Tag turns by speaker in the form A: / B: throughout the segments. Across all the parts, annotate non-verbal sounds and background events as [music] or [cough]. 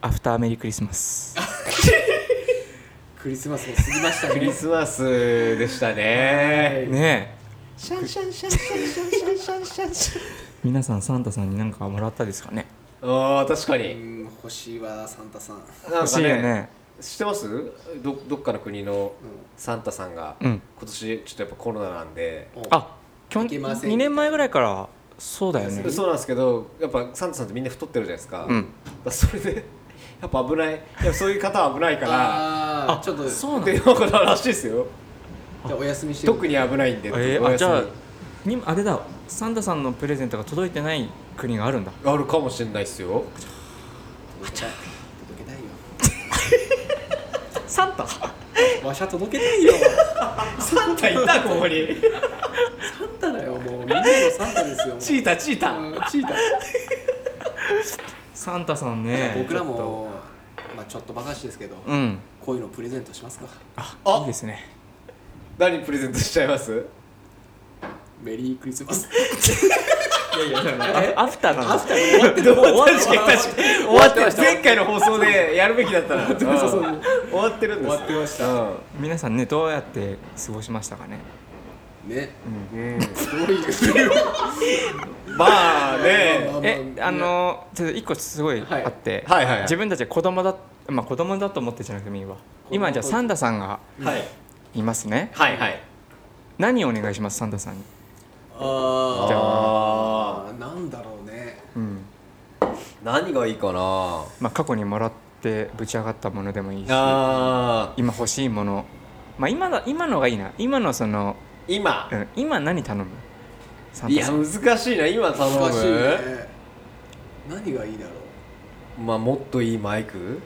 A: アフターメリークリスマス
B: クリスマスも過ぎましたね
C: クリスマスでしたね
A: ねえ
B: シャンシャンシャンシャンシャンシャンシャンシャンシャ
A: 皆さんサンタさんに何かもらったですかね
C: ああ確か
B: ンう
C: に
B: ん欲しいわサンタさん
C: なん
A: 欲
C: か
A: しいよね
C: 知ってますどどっかの国のサンタさんが、
A: うん
C: 今年ちょっとやっぱコロナなんで、
B: お
A: あ去
B: いけません
A: 2年前ぐらいからそうだよね
C: そうなんですけどやっぱサンタさんってみんな太ってるじゃないですか,、
A: うん
C: それで [laughs] やっぱ危ないいやそういう方は危ないから
B: あーちょっと
A: そうなん
C: っ
A: だ
C: ていうことらしいですよ
B: じゃあお休みして
C: 特
B: に
C: に危ないんで
A: えー
C: お休み
A: あじゃあにあれだサンタさんのプレゼントが届いてない国があるんだ
C: あるかもしれないですよ
B: わちゃ届けたいよ
A: サンタ
B: わしゃ届けたいよ
C: サンタ [laughs] いたここに
B: サンタだよもうみんなのサンタですよもう
C: チータチータ、
B: うんチータ
A: サンタさんね
B: 僕らもまあちょっとばかしですけど
A: うん
B: こういうのプレゼントしますか
A: あ
C: あ
A: いいですね
C: 何プレゼントしちゃいます
B: メリークリスマス
A: いやいやアフターなんだ
B: 確かに終わってるもう終わって
C: 確かに確かに終わってました前回の放送でやるべきだったな終
B: ましたそう
C: わってるんです
B: 終わってました
C: うん
A: 皆さんねどうやって過ごしましたかね
B: ね
C: うん
B: どういう
C: まあね
B: まあま
A: えあのちょっと一個すごい
B: はい
A: あって、
C: はいはいはい
A: 自分たちは子供だまあ子供だと思ってじゃなくてもいいわ
B: 供
A: 今じゃあサンタさんが
C: はい
A: いますね
C: はいはい
A: 何をお願いしますサンタさんに、
B: あ
C: あ
B: ーなんだろうね
A: うん
C: ー何がいいかな
A: まあ、過去にもらってぶち上がったものでもいいし
C: あー
A: 今欲しいもの、まあ、今だ今のがいいな今のその、
C: 今
A: うん、今何頼むサン
C: い
A: タ
C: や
A: さん
C: 難しいな今頼
B: 難しい
C: む
B: ね何がいいだろう
C: まあもっといいマイク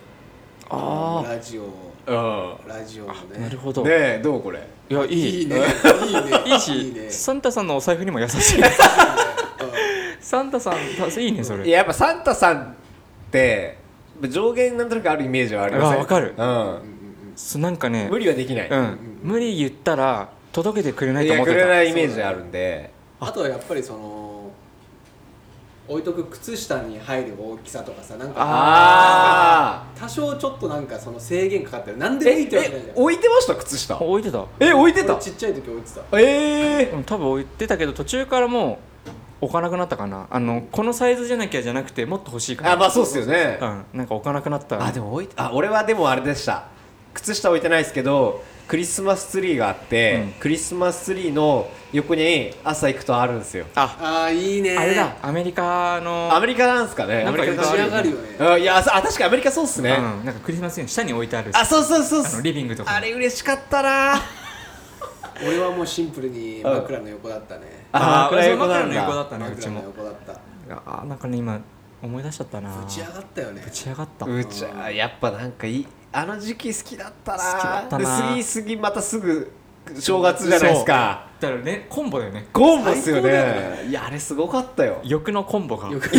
A: あ
B: ラジオ
C: うん
B: ラジオの
A: あ
B: ね
A: なるほど、
C: ねえどうこれ
A: いやいい
B: いいねいいね
A: いいし
B: ね
A: サンタさんのお財布にも優しいサンタさんたいいねそれ
C: いややっぱサンタさんって上限なんとなくあるイメージはありません
A: あわかる
C: うん
A: そなんかね
C: 無理はできない
A: うん、無理言ったら届けてくれない
C: い
A: と
C: や
A: 思っ
C: く
A: て
C: れ
A: た
C: ないイメージあるんで
B: あとはやっぱりその置いとく靴下に入る大きさとかさなんか
C: あ
B: 多少ちょっとなんかその制限かかってるなん
C: ー
B: でもいいってわけじゃないじ
C: え
B: ゃん
C: 置いてました靴下
A: 置いてた
C: え置いてた
B: 俺ちっちゃい時置いてた
C: ええ
A: うん多分置いてたけど途中からもう置かなくなったかなあのこのサイズじゃなきゃじゃなくてもっと欲しいから
C: あまあそうっすよね
A: うん、なんか置かなくなった
C: あでも置いてあ俺はでもあれでした靴下置いてないですけどクリスマスツリーがあって、
A: うん
C: クリスマスツリーの横に朝行くとあるんですよ
A: あ
B: ああいいね
A: あれだアメリカの
C: アメリカなんですかね
A: なんか
C: アメリカ
B: 仕上
C: が
B: が
C: あ
B: る
C: る
B: よね
C: うんいやあそうあ確かにアメリカそうっすね、
A: うん、なんかクリスマスの下に置いてある
C: あそうそうそうっ
A: あの
C: す
A: リビングとか
C: あれ嬉しかったな
B: 俺はもうシンプルに枕の横だったね
A: あ
C: ー
A: そう枕の横だ
C: だ
A: ったねうち
B: 枕の
A: も
B: 横だった
A: あーなんかね今思い出しちゃったな
B: ぶち上がったよね
A: ぶち上がった
C: うちゃやっぱなんかいいあの時期好きだったな
A: 好きだったな
C: で過ぎ過ぎまたすぐ正月じゃないですか
A: そうだからねコンボだよね
C: ゴンボっすよ
B: 最
C: ね
B: 高だよ
C: いやあれすごかったよ
A: 欲のコンボが
B: よく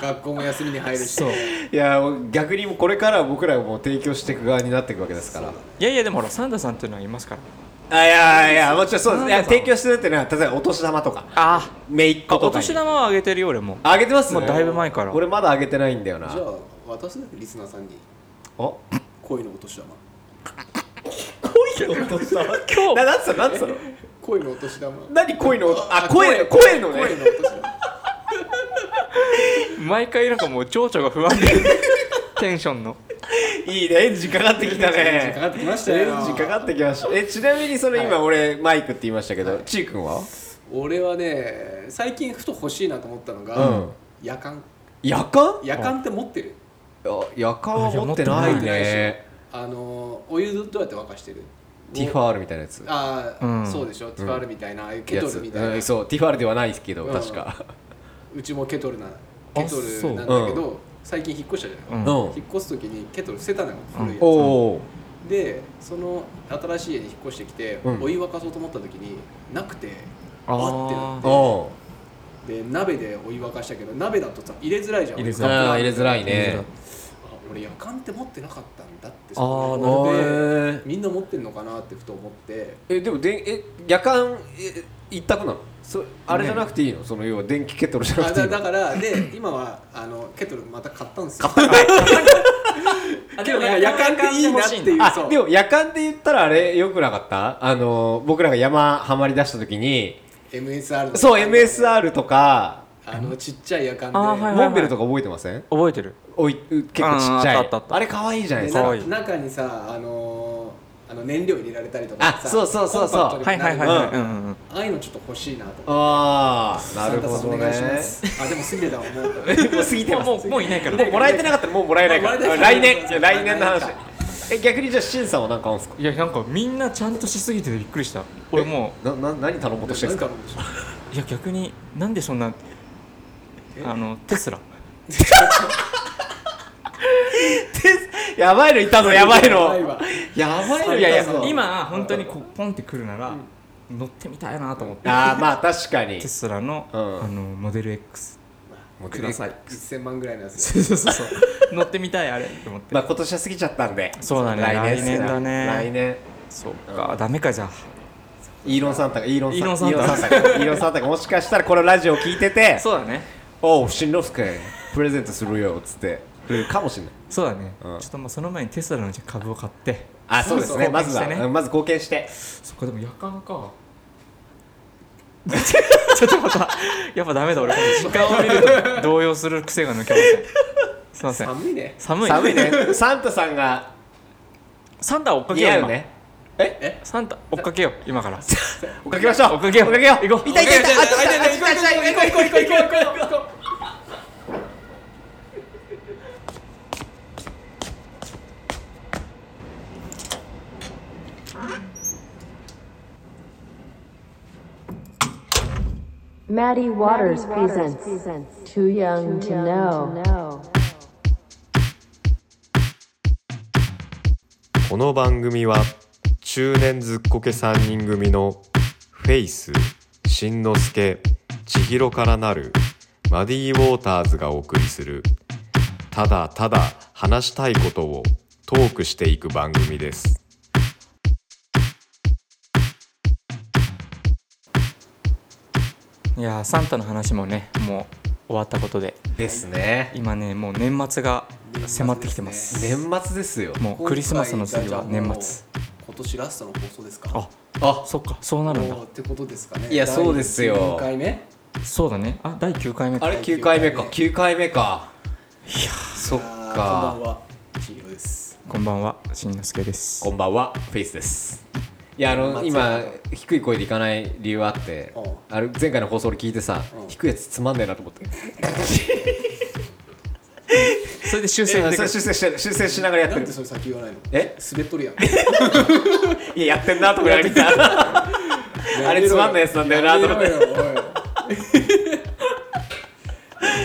B: 学校も休みに入るし
A: そう
C: いやもう逆にもうこれからは僕らがもう提供していく側になっていくわけですから
A: いやいやでもほらサンタさんっていうのはいますから
C: あいやいやもちろんそうですい
A: なん
C: や
A: だろう
C: 提供してるっていうのは例えばお年玉とか
A: あー
C: めいっ子
A: あお
C: とかに
A: 年玉はあげてるよ俺も
C: あげてます
A: もうだいぶ前から
C: 俺まだあげてないんだよな
B: じゃあ渡すだけリスナーさんに
C: お
B: 恋のお年玉
C: 恋のお年玉
A: 今
C: な
A: 日
C: なんつったのなんつったの
B: 恋のお年玉
C: 何恋のおあ声の声の
B: 恋
C: ね
B: のお年玉
A: 毎回なんかもう情緒が不安でテンショ [laughs] ンの
C: いいねエンジンかかってきたね
B: エンジンかかってきましたよ
C: エンジンかかってきましたえちなみにその今俺マイクって言いましたけどちーくんは
B: 俺はね最近ふと欲しいなと思ったのが、
C: うん
B: 夜間
C: 夜間
B: 夜間って持ってる
C: あ夜間は持ってない
A: いや
C: ね
B: あのーお湯どうやって沸かしてる
C: ティファールみたいなやつ
B: ああ、
A: うん
B: そうでしょティファールみたいな、ああいうケ
C: や
B: ト
C: つ
B: ルみたいな、
C: う
B: うん
C: そうティファールではないですけど
B: うん
C: 確か
B: ちもケトルなケト
A: そう
B: ルなんだけど、
C: う
B: 最近引っ越したじゃ
A: う
B: ない、
A: ん
C: [laughs] うん
B: 引っ越す時にケトル捨てたのよ古いやつ、
C: おお
B: でその新しい家に引っ越してきて、
C: うん
B: お湯沸かそうと思った時になくて
A: あー
B: あってなって
C: おう
B: で鍋でお湯沸かしたけど鍋だとさ入れづらいじゃん
A: 入れづ
C: あ
A: ら
C: ー入れづらい
A: 入れづらい
C: ね
B: あ俺やかんって持ってなかったんだって
A: あー
B: そ
A: なるほ
B: こ
A: ど
B: で
C: え
B: みんな持ってんのかなってふと思って
C: えでもでんえ夜間え一択なのそあれじゃなくていいの、その要は電気ケトルじゃな
B: あ
C: くて
B: だ
C: いいの
B: だからで今はあのケトルまた買ったんですよ
A: あ
B: [laughs] でもなんか夜間っていいなっていう
C: あ
B: そう
C: でも夜間って言ったらあれよくなかったあの僕らが山はまり出した時に
B: MSR の
C: そう MSR とか
B: あのちっちゃい夜間
A: あー
B: で
A: はい
C: モンベルとか覚えてません
A: 覚えてる
C: おい結構ちっちゃい
A: あーあ
C: あ
A: ったあった
C: れ可愛いじゃな
B: で
C: いです
B: な
A: 可
C: か
A: 愛い
B: 中にさあのーあの燃料入れられたりとかさ
C: あそうそうそうそう
B: コンパ
A: は
B: ク
A: い
B: ト
A: はい
B: に
A: は
B: ない
A: はい、
B: る
C: う
A: うんうんうん、
B: ああいうのちょっと欲しいなと
C: ああな
B: サ
C: る
B: ンタさ
C: ほ
B: ん
C: ど
B: お願いしま
C: ね
B: すあでも過ぎたわもう
A: [laughs]
C: もう過ぎてます
A: もうもうもういないから
C: もうもらえてなかったらもうもらえないか
B: もうも
C: ら
B: らえ
C: 来
B: ない
C: 年いや来年の話え逆にじゃあしんさんは何かあるんですか
A: いやなんかみんなちゃんとしすぎててびっくりした俺も
C: なな何頼もうとしてるんですか
B: なんか
A: ういや逆になんでそんな
B: え
A: あのテスラ
C: やばいのいたぞやばいの
B: わ
C: やばいの
A: いやい
C: たぞ
A: や今本当にこうポンってくるなら、乗ってみたいなと思って
C: ああまあ確かに
A: テスラの,、
C: うん
A: あのモデル X
C: もう
B: ください1000万ぐらいのやつ
A: [laughs] そうそうそう [laughs] 乗ってみたいあれと思って
C: まあ今年は過ぎちゃったんで
A: そうだね
C: 来年
A: 来年だね
C: 来年
A: そうかダメかじゃあ
C: イーロンサンタがイーロン
A: イーロン
C: サ
A: サ
C: ン
A: ン
C: タ
A: タ
C: イーロンサンタがイーロンサンタがもしかしたらこのラジオを聞いてて
A: そうだね
C: おう新之助プレゼントするよっつってくれるかもしれない
A: そうだね、
C: うん
A: ちょっとまあその前にテスラのじゃあ株を買って
C: あそうですね
A: そうそう
C: まずは
A: 貢献してね
C: うんまず貢献して
A: そっかでも夜間か [laughs] ちょっとまたやっぱダメだ俺この時間を見ると動揺する癖が抜けませんすいません
B: 寒いね
A: 寒い
C: 寒いねサンタさ
A: [laughs]
C: んが
A: サンタ追っかけ
C: 似
A: よう
C: 合
A: 今
C: うね
A: サンタ追っかけよう今 [laughs] から
C: 追っかけましょう
A: 追っかけよう
C: 追っかけよう
A: 行こう
C: 痛い痛い痛い
A: 追
C: あ
A: っ
C: っち来たあっち来たあっち来た行こう行こう行こう行こう
D: Maddie Waters, presents, Too Young, to, know.
E: この番組は中年ずっこけ3人組のフェイス、しんのすけ、ちひろからなるマディ・ウォーターズがお送りするただただ話したいことをトークしていく番組です。
A: いやーサンタの話もねもう終わったことで
C: ですね
A: 今ねもう年末が迫ってきてます
C: 年末ですよ
A: もうクリスマスの次は年末
B: 今年ラストの放送ですか
A: あ
C: あ
A: そっかそうなるんだ
B: もうってことですかね
C: いやそうですよ
B: 9回目
A: そうだねあ第9回目か
C: あれ9回目か9回目かいやそっ
B: あーこんば
C: か
B: んはヒーローです
A: こんばんはしんのすけです
C: こんばんはフェイスですいやあの
B: 松
C: 今
B: 山
C: 低い声でいかない理由あって
B: うん
C: あれ前回の放送で聞いてさ
B: うん
C: 低いやつつまんねえなと思って
A: それで修正
C: 修 [laughs]
A: で
C: 正修正して修正しながらやっ
B: な
C: て
B: ん
C: る
B: でそれ先言わないの
C: え
B: 滑っとるやん
C: いややってんなとかやりた [laughs] あれつまんないやつなんだよなと思って
B: やめろよおい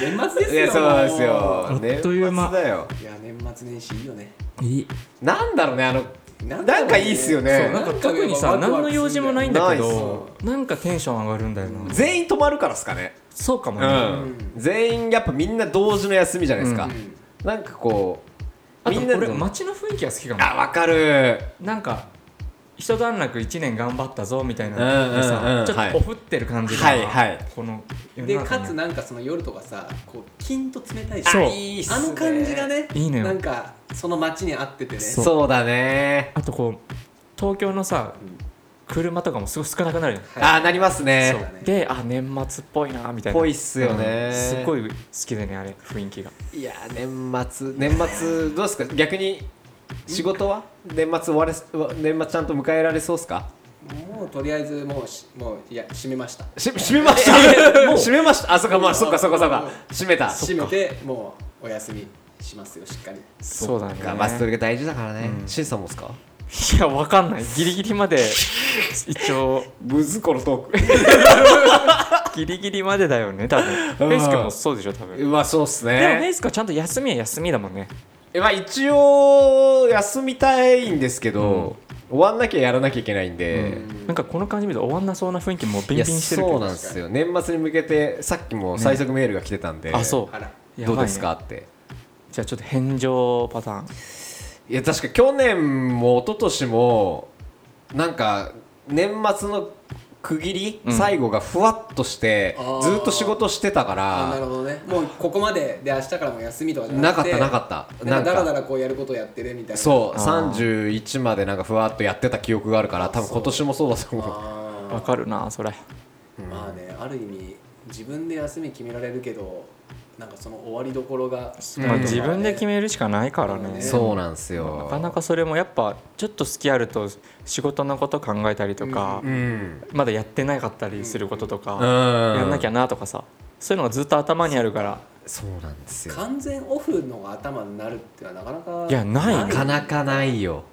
B: 年末です
C: い
B: よ
C: やそうですよ
A: あっという間
C: 年末だよ
B: いや年末年始いいよね
A: いい
C: なんだろうねあの
B: なんだろうね
C: なんかいいっすよ
A: そう
C: ね
A: なんか特にさ
B: なんかね
A: 何の用事もないんだけ
B: ない
A: ど
B: っ
A: なんかテンション上がるんだよな
C: 全員泊まるからっすかね
A: そうかも
C: う
A: ね
C: ん全員やっぱみんな同時の休みじゃないですか
B: ん
C: なんかこう
A: あ
C: み
A: と
C: んな
A: 俺
C: で
A: 街の雰囲気が好きかも
C: あわかる
A: なんか一段落1年頑張ったぞみたいな
C: うんうんうん
A: でさちょ
C: は
A: っ
C: い
A: とおふってる感じが
C: はいはい
A: この世
B: で
A: の中
B: か
A: に
B: つなんかその夜とかさこうキンと冷たいし
A: そう
C: あいいっすね
B: あの感じがね
A: いいのよ
B: なんかその街に合っててね
A: そう
C: そうだね
A: あとこう東京のさ車とかもすごい少なくなるじゃん
C: あーなります
A: そ
C: ね
A: うであ年末っぽいなみたいな
C: ぽいっすよね
A: うんすっごい好きだねあれ雰囲気が
C: いやー年末年末どうですか逆に仕事は年末終われ年末ちゃんと迎えられそうっすか
B: もうとりあえずもうしもういや閉めました
C: し閉めました [laughs] 閉めましたあそっかまあそっかそっかそっか閉めた
B: 閉めてもうお休みしますよしっかり
A: そうだね
C: がまあそれが大事だからねしんさんもっすか
A: いやわかんないギリギリまで一応
C: むずこのト
A: ギリギリまでだよね多分フェイス君もそうでしょ多分でも
C: [laughs] まあそうっす
A: フェ
C: ね
A: イス君はちゃんと休みは休みだもんね
C: えまあ一応休みたいんですけど、終わんなきゃやらなきゃいけないんで、
A: なんかこの感じ見ると終わんなそうな雰囲気もうビ
C: い
A: ンビ
C: や
A: ンしてるけ
C: そうなん
A: ど
C: ですよ年末に向けてさっきも最速メールが来てたんで、
A: あそ
B: あら
A: うやばいね
C: どうですかって
A: じゃあちょっと返上パターン
C: いや確か去年も一昨年もなんか年末の区切り、
A: うん
C: 最後がふわっとして
B: あー
C: ずっと仕事してたか
B: あなる
C: ら
B: ほどねもうここまでで明日からも休みとかじゃ
C: な
B: な
C: か
B: く
C: ってたなかった
B: な
C: なんん
B: かだらだ
C: から
B: こうやることやってるみたいな
C: そう
A: あー
C: 31までなんかふわっとやってた記憶があるから多分今年もそうだと思う
B: あ
A: わ
B: ー
A: かるなそれ
B: まあねある意味自分で休み決められるけどなんかその終わりどころが、
A: まあ自分で決めるしかないからね
C: そうなんです
A: まあなかな
C: よ
A: かそれもやっぱちょっと隙あると仕事のこと考えたりとか、
C: うん
A: まだやってなかったりすることと
C: う
A: か、やん
C: ん
A: なきゃなとかさそういうのがずっと頭にあるから
C: そうなんですよ
B: 完全オフのが頭になるっていうのはなかなか
A: いやない
C: なかなかないよ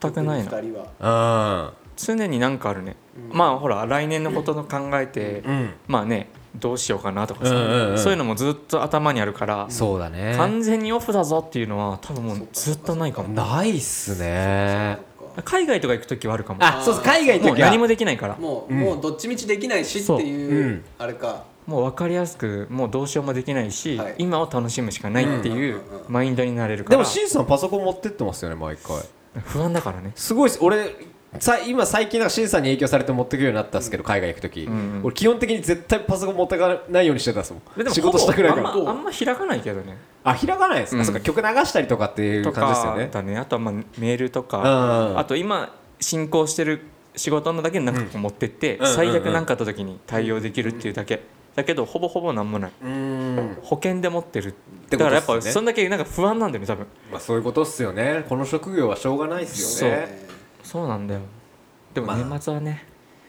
A: 全くないな
B: 特に二人は
C: うん
A: 常になんかあるね、
B: うん
A: まあほら来年のことの考えて、
C: うん
A: まあねどうしようかなとかさ、
C: うんうんうん
A: そういうのもずっと頭にあるから、
C: そうだね
A: 完全にオフだぞっていうのは多分もうずっとないかも
C: ないっすね
B: そっか
A: 海外とか行く時はあるかも
C: あそうそう海外
A: も
C: の
A: う
C: 時は
A: 何もできないから
B: もう、
C: うん
B: もうどっちみちできないしって
A: そう
B: いう、
C: うん
B: あれか
A: もう分かりやすくもうどうしようもできないし、
B: はい
A: 今を楽しむしかないっていう
B: うんうんうんうん
A: マインドになれるか
C: で
A: ら
C: もしんさんパソコン持ってってますよね毎回
A: 不安だからね
C: すごいっす俺さ今最近なんかしんさんに影響されて持ってくるようになったんですけど、海外行く時、
A: ん
C: 俺基本的に絶対パソコン持ってかないようにしてたんですも
A: で
C: ん
A: も
C: 仕事したくないか
A: ほぼ
C: ら
A: あんまあんま開かないけどね
C: あ開かないです
A: う
C: か、
A: ん
C: そっか曲流したりとかっていう
A: と
C: 感じですよ
A: か
C: ね
A: だねあとはまあメールと
C: う
A: か
C: ん
A: あと今進行してる仕事のだけなんかこう持ってって、
C: うんうんうん
A: 最悪何かあった時に対応できるっていうだけ、だけどほぼほぼなんもないう
C: ーん、
A: 保険で持ってる
C: てことっす
A: だ
C: ね
A: からやっぱそんだけなんか不安なんだよね多分
C: まあ、そういうことっすよねこの職業はしょうがないっすよね
A: そうなんだよでも
C: まあ
A: 年末はね、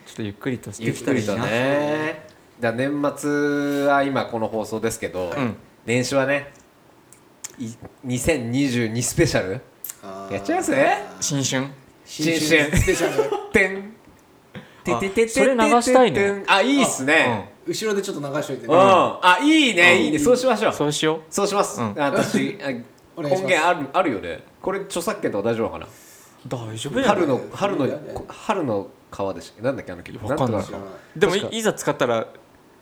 A: ちょっとゆっくりとして
C: ゆっ
A: いきた
C: く
A: いな
C: りとねだから年末は今この放送ですけど、
A: うん
C: 年始はねい2022スペシャル
B: あー
C: やっちゃいますね
A: 新春
B: 新
C: 新春
B: 春スペシャル
C: てんて
A: あ
C: てててて
A: それ流したいね
C: あいいっすね
B: 後ろでちょっと流しといて
C: うん、あいいねいいねそうしましょう
A: そうしよう
C: そうします、
A: うん
B: [laughs]
C: あ私あ
B: お
C: 音
B: 願いします
C: 源あるあるよねこれ著作権とか大丈夫かな
A: 大丈夫じゃな
C: 春
A: い
C: の春の
B: いやいやいや
C: こ春の川でしたっけなんだっけあの曲
A: わかんない
C: と
B: 知らない
A: でもいいざ使ったら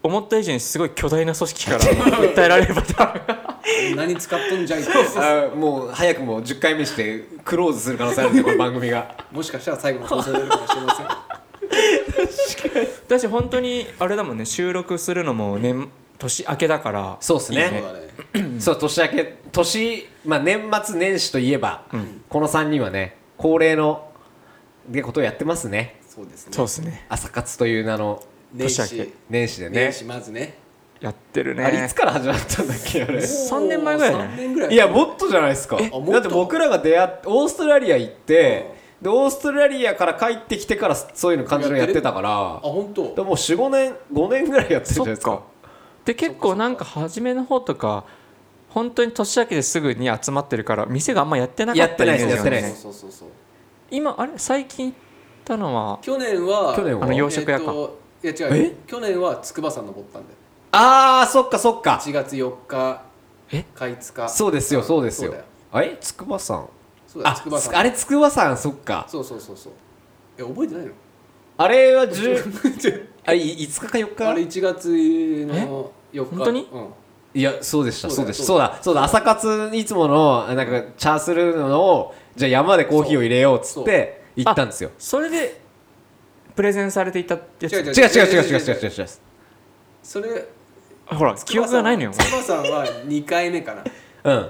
A: 思った以上にすごい巨大な組織 [laughs] から訴えられるパターンが
B: 何使っとんじゃいって
C: あもう早くも10回目してクローズする可能性あるんでこの番
A: [laughs]
C: 組が
B: もしかしたら最後の放送になるかもしれません
A: 私本当にあれだもんね収録するのも年年明けだから
C: そうっすね
A: いい
B: そうだね
C: そう年明け年、まあ、年末年始といえば、この3人はね恒例のでことをやってますね
B: そうですね
A: そうですね
C: 朝活という名の
B: 年
A: 年明
B: 始
A: け
C: 年始でね
B: 年始まずね
A: やってるね
C: あれいつから始まったんだっけ
B: [laughs]
C: あれ
A: 3年前ぐらいだね
B: 3年ぐらい
C: いやもっとじゃないですかだ
B: えもっと
C: って僕らが出会ってオーストラリア行ってでオーストラリアから帰ってきてからそういうの感じのやってたから
B: あ本当
C: でもう45年5年ぐらいやってるじゃ
A: そ
C: ない
A: っ
C: ですか
A: かで結構なんか初めの方とか本当に年明けですぐに集まってるから店があんまやってなかったイメージだよね
C: やってないですやってない
B: そうそうそうそう
A: 今あれ最近行ったのは
B: 去年は
C: 去年は
A: あの洋食屋
B: え
A: か
B: っといや違う
C: え
B: 去年は筑波山登ったんで
C: あーそっかそっか
B: 1月4日
A: え
B: 開塚
C: そうですよそうですよ
B: だ
C: あれ筑波山
B: そうだよ
C: あ
B: 筑波山
C: あれ筑波山そっか
B: そうそうそうそうえ覚えてないの
C: あれは10あれい5日か4
B: [laughs]
C: 日
B: あれ1月の4日
A: 本当に
B: うん
C: いやそうでした
B: そ
C: そうう
B: だよ
C: でしたそうだそうだ朝活いつものなんかチャーするのをじゃあ山でコーヒーを入れようっつって行ったんですよ
A: それでプレゼンされていたってやつ
B: 違う違
C: 違う違う違う違う違う違う違う
B: それ
A: ほら記憶がないのよ
B: 筑波山は2回目かな
C: うん
B: うん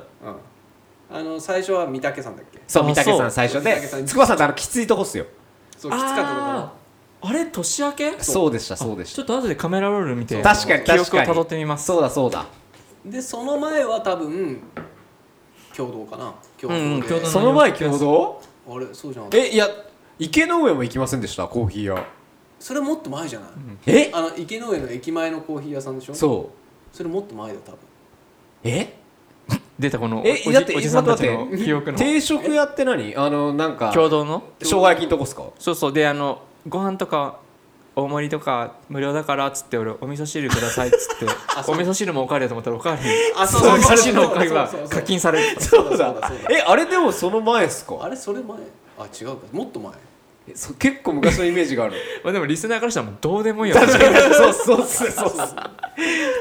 B: あの最初は御嶽山だっけ
C: そう
A: あ
C: 御嶽
A: そ
C: さ
A: うん
C: 最初
B: 御嶽山
C: で筑波さんってあのきついとこっすよ
B: そうきつかったところ
A: あーあれ年明け
C: そうでしたそうでし
A: ちょ
C: た
A: っと後でカメラロール見て
C: 確かに確かに
A: 記憶をたどってみます
C: そうだそうだ
B: でその前は多分共同かな共
A: うんうん
B: 同で、
A: 共同
C: その前共同
B: あれそうじゃん
C: えいや池の上も行きませんでしたコーヒー屋
B: それもっと前じゃない、
C: え
B: あの池の上の駅前のコーヒー屋さんでしょ
C: そう
B: それもっと前だよ多分
C: え
A: 出たこのお
C: え
A: おじ
C: だって
A: おじさんたち
C: 待
A: の
C: って
A: 記憶の
C: 定食屋って何あのなんか
A: 共同の
C: 生姜焼きのとこっすか
A: そうそうであのご飯とか大盛りとか無料だからっつって俺お味噌汁くださいっつって [laughs] お味噌汁もおかわりだと思ったらおかわり
B: あそう
A: [laughs] お味
B: そう
A: 噌
B: そう
A: 汁のおかわりは [laughs]
B: そうそうそう
A: 課金される
C: そう
B: だそ
C: だ
B: うだそうだ
C: えあれでもその前っす
B: あ
C: か
B: れそれ前あ違うかもっと前
C: えそ結構昔のイメージがある
A: まあでもリスナーからしたらもうどうでもいいよ
C: [laughs] 確かにそうそうそうそう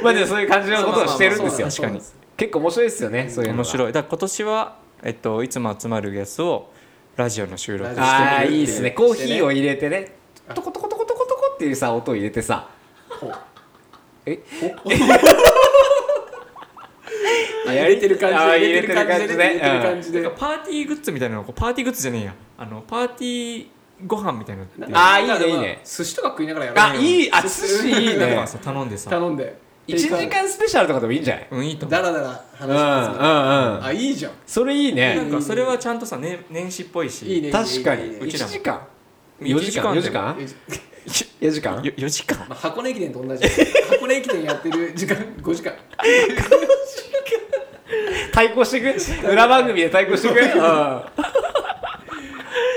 C: まあでもそういう感じのことをしてるんですよ
A: 確かに
B: そう
C: 結構面白いですよねそういうのが
A: 面白いだから今年は、えっと、いつも集まるゲストをラジオの収録
B: ラジオ
C: ああ
B: してみるっていう
C: いいですねコーヒーを入れてねトコトコトコトコトコっていうさ音を入れてさ
B: ほう
C: え
B: あやれてる感じ
C: あー
B: でやれてる感じでやれ
C: 入れてる
B: てる
C: 感
B: 感
C: じ
B: じ
A: なん
B: で
A: かパーティーグッズみたいなのこうパーティーグッズじゃねえやあのパーティーご飯みたいなのって
C: あーいいね
B: だから
C: いいね
B: 寿司とか食いながらやる
C: あいいあ寿司いい
A: なん
C: ね
A: かさ頼んでさ
B: 頼んで
C: 1時間スペシャルとかでもいいんじゃない
A: うんいいと思
B: だ
A: う
B: らだら
C: うん
B: 話して
C: うんうん
B: あいいじゃん
C: それいい
A: な
C: ね
A: んかそれはちゃんとさ、ね、年始っぽいし
B: いいね
C: 確かに
B: いいね
A: うちら
C: 1
A: も
C: 時間4
A: 4
C: 時
A: 時
C: 間
A: 間
C: 4時間4時間
A: よ4時間
B: まあ、箱根駅伝と同じ [laughs] 箱根駅伝やってる時間5時間 [laughs]
C: 対抗していく裏番組で対抗していくうん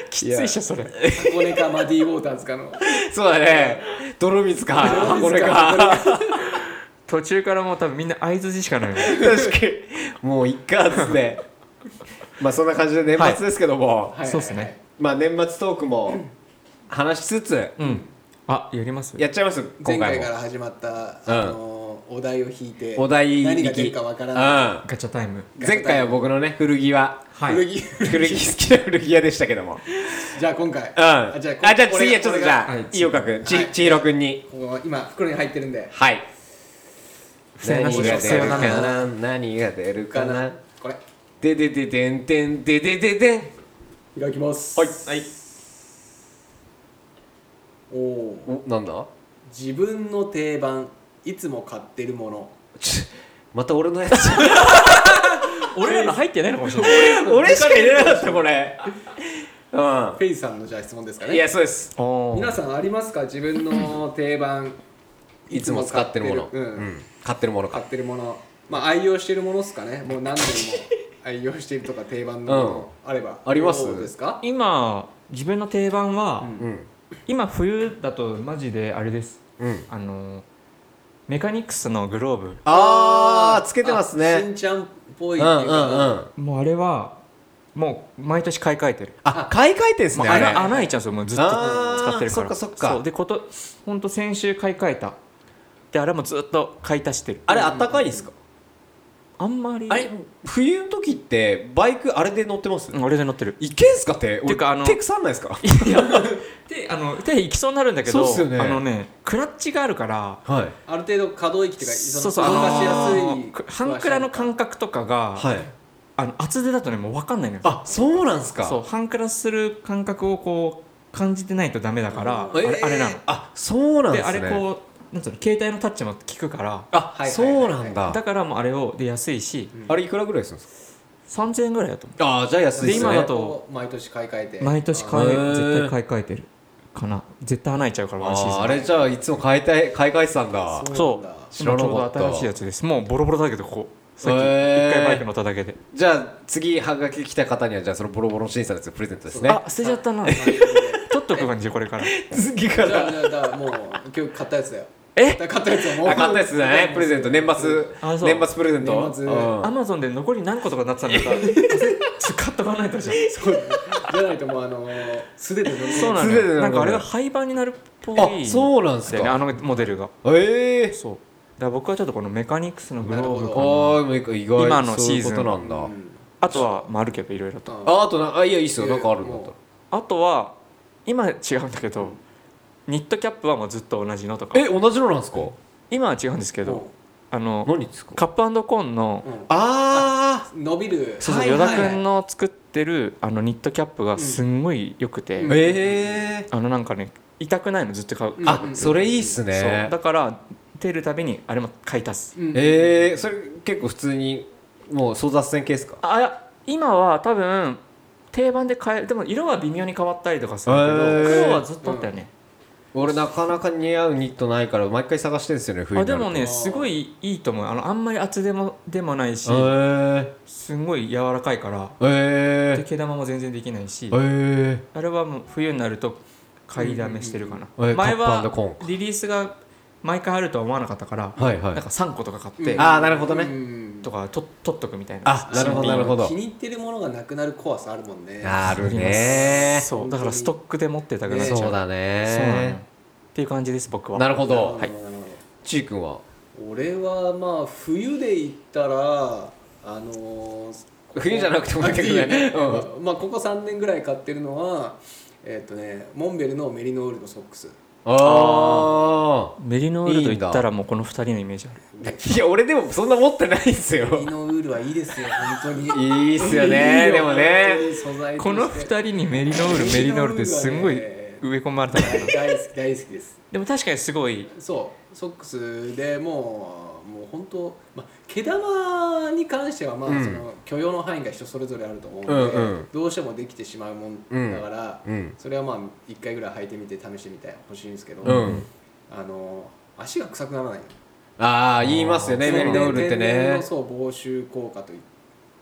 A: きついっしょそれ
B: 箱根かマディ・ウォーターズかの
C: そうだね泥水か
B: 泥
C: これ
B: 水か
C: か
A: 途中からもう多分みんな相づちしかないもん
C: 確かにもういっかっつってまあそんな感じで年末ですけども、
B: はい
A: そうっすね
C: まあ年末トークも話しつつ
A: うんあやります
C: やっちゃいます
B: 前
C: 今
B: 回
C: 回
B: か
C: も
B: ら始まった、あのーお題を引いて
C: お題
B: 何
C: 引
B: が出る
C: き
B: かわからない、
C: う
A: ガチャタイム
C: ん前回は僕のね古着は
A: はい
B: 古着 [laughs]
C: 古着好きな古着屋でしたけども
B: じゃあ今回、
C: うんあじ
B: じゃ
C: ゃ
B: あ
C: あ次はちょっとじゃ
A: は
C: あ
A: い
C: 井岡君
B: は
C: ち
B: い
C: 千尋君に
B: ここ今袋に入ってるんで
C: はい
A: 不正なし不正な面
B: 何が出る
C: な何が出るかな
B: これ
C: ででででんでんででででん
B: 開きます
C: はい
B: おお
C: おなんだ
B: 自分の定番いつも買ってるもの
C: ちょまた俺のやつ
A: 俺らの入ってないのかもしれない
C: [laughs] 俺しか入れなかったこれう
B: フェイさんのじゃあ質問ですか
C: んい
B: ね
C: やそうです
A: お
B: 皆
A: ー
B: さんありますか自分の定番
C: いつも使ってるもの
B: いつも買ってる
C: う
B: うん
C: ん買ってるもの
B: 買
C: か
B: ってるものまあ愛用してるものっすかねもう何年も愛用してるとか定番のものあれば、
C: あります
B: どうですか
A: 今自分の定番は、
B: うん
C: うん
A: 今冬だとマジであれです
C: うん
A: あのメカニクスのグローブ
C: あーつけてます
B: あし
C: ね
B: んちゃんっぽ
C: う
B: い
C: ん
B: っ
C: う
B: て
C: ん
B: いううかな、
C: ん
A: もうあれはもう毎年買い替えてる
C: あ買い替えてんす
A: もう
C: ねあれ
A: 穴穴開いちゃうんですよもうずっと
C: あー
A: 使ってるから
C: そっかそっか
A: うでこと本当先週買い替えたであれもずっと買い足してる
C: あれあったかいんすか
A: あんまり
C: あれ冬の時ってバイクあれで乗ってます
A: うん俺で乗ってる
C: いけんすかって
A: て
C: 俺
A: いうかあの
C: 手腐んないですか
A: であの手いきそうになるんだけど
C: そうっすよね
A: あのねクラッチがあるから
C: はい
B: ある程度可動域っていうか
A: そうそう
B: の
A: あ
B: 動かしやすい
A: のー半クラの感覚とかが、
C: はい
A: あの厚手だとねもう分かんないのよ
C: あそうなんすか
A: そう半クラする感覚をこう感じてないとダメだから、
C: えー
A: あれあれなの
C: あそうなん
A: で、
C: です
A: あ
C: ね
A: れこうなんつうの携帯のタッチも効くから
C: あ、
B: はいはいはいはい
C: そうなんだ
A: だからもうあれをで安いし、
C: あれいくらぐらいするんです
A: 3000円ぐらいだと思
C: かああじゃあ安
A: で今だと
B: を毎年買い替えて
A: う毎年買い
C: へー
A: 絶対買い替えてるかな絶対穴開いちゃうからワンシーズ
C: あ
A: ン
C: あれじゃあいつも買いたい買い替えてたんだ
A: そう
B: なんだ
C: 知らなかっ
A: 今ちょ
C: た
A: うど新しいやつですもうボロボロだけどここさっき
C: へ
A: 一
C: ー
A: 回バイク乗っただけで、
C: じゃあ次ハガキ来た方にはじゃあそのボロボロ審査のやつをプレゼントですね
A: あ捨てちゃったな
B: はい
A: [laughs] 取っとく感じこれから
C: 次か
B: じゃあ
C: ら
B: じゃあじゃあもう今日買ったやつだよ
A: え
B: 買ったやつはもう
C: あ買ったやつだねプレゼント年
A: あ
C: 末
A: そう
C: 年末プレゼント
B: 年末
C: うん
A: アマゾンで残り何個とかなってたんだから [laughs] 買っとかないとじゃん
B: そうじゃないともうあのー素手で飲む
A: そうなの
C: 全ての
A: よなんかあれが廃盤になるっぽい
C: あそうなんす
A: だよねあ
C: か
A: のモデルが
C: ええ
A: そうだから僕はちょっとこのメカニクスのグローブ
B: なる
A: か
B: ほ
A: な
C: ああ意外
A: 今のシーズン
C: そういうことなんだ
B: うん
A: あとはまああるけどいろいろと
C: ああとなあいやいいっすよなんかあるんだったら
A: あとは今は違うんだけどニットキャップはもうずっと同じのとか
C: え同じのなんすか
A: 今は違うんですけどあの
C: 何ですか
A: カップコーンの
B: うん
C: ああ
B: 伸びる
A: そうそう
C: はい
A: 依
C: はい
A: 田君の作ってるあのニットキャップがすんごい良くて、
B: うん
C: ええ
A: あのなんかね痛くないのずっと買う、
B: うん
C: あそれいいっす
A: そう
C: ね
A: だから出るたびにあれも買い足す
B: うん
C: えー、それ結構普通にもう争奪戦系ですか
A: あいや今は多分定番で変えでも色は微妙に変わったりとかするけど、
C: へー
A: 黒はずっとあったよね、
C: 俺なかなか似合うニットないから毎回探してるんですよね冬
A: あ
C: に
A: で
C: なると
A: もねすごいいいと思うあのあんまり厚手もでもないし、
C: えー、
A: すんごい柔らかいから
C: え
A: で
C: ー、
A: 毛玉も全然できないし、
C: えー、
A: あれはもう冬になると買いだめしてるかな、
C: うんうんうんえ
A: 前
C: カップコ
A: は
C: ー
A: リリースが毎回あるとは思わなかったから、
C: はいはい
A: なんか3個とか買って、
B: うん
C: あーなるほどね
B: うん
A: とかと取っとくみたいな
C: あなるほどなるほど
B: 気に入ってるものがなくなる怖さあるもんね
C: あるね
A: そうだからストックで持ってたくなっちゃう
C: そうだ
A: そうなのよ
C: ね
A: っていう感じです僕は
C: なるほ
B: なるほど
C: ど
B: なるほど
C: ちーくんは
B: 俺はまあ冬で行ったらあのー
C: 冬じゃなくてもいいけどね
B: あいいよ
C: う
B: まあここ3年ぐらい買ってるのはえっ、とねモンベルのメリノールのソックス
C: あ
A: メリノールと言ったらもうこの2人のイメージある
C: あいや俺でもそんな持ってないんすよ
B: メリノールはいいです
C: [laughs]
B: よ本当
C: い
B: に
C: いっすよねでも
B: 本当
C: ね
B: に素材として
A: この2人にメリノールメリノールってすんごい植え込まれたな
B: 大好き大好きです
A: [laughs] でも確かにすごい
B: そうソックスでもうもう本当、まあ、毛玉に関してはまあ
C: うん
B: その許容の範囲が人それぞれあると思うんで、
C: うんうん
B: どうしてもできてしまうもんだから、
C: うん
B: それはまあ1回ぐらい履いてみて試してみてほしいんですけど、
C: うん
B: あの足が臭くならないの
C: ああ言いますよね
B: そう
C: メリノールって
B: 天然
C: ね
B: のそう防臭効果という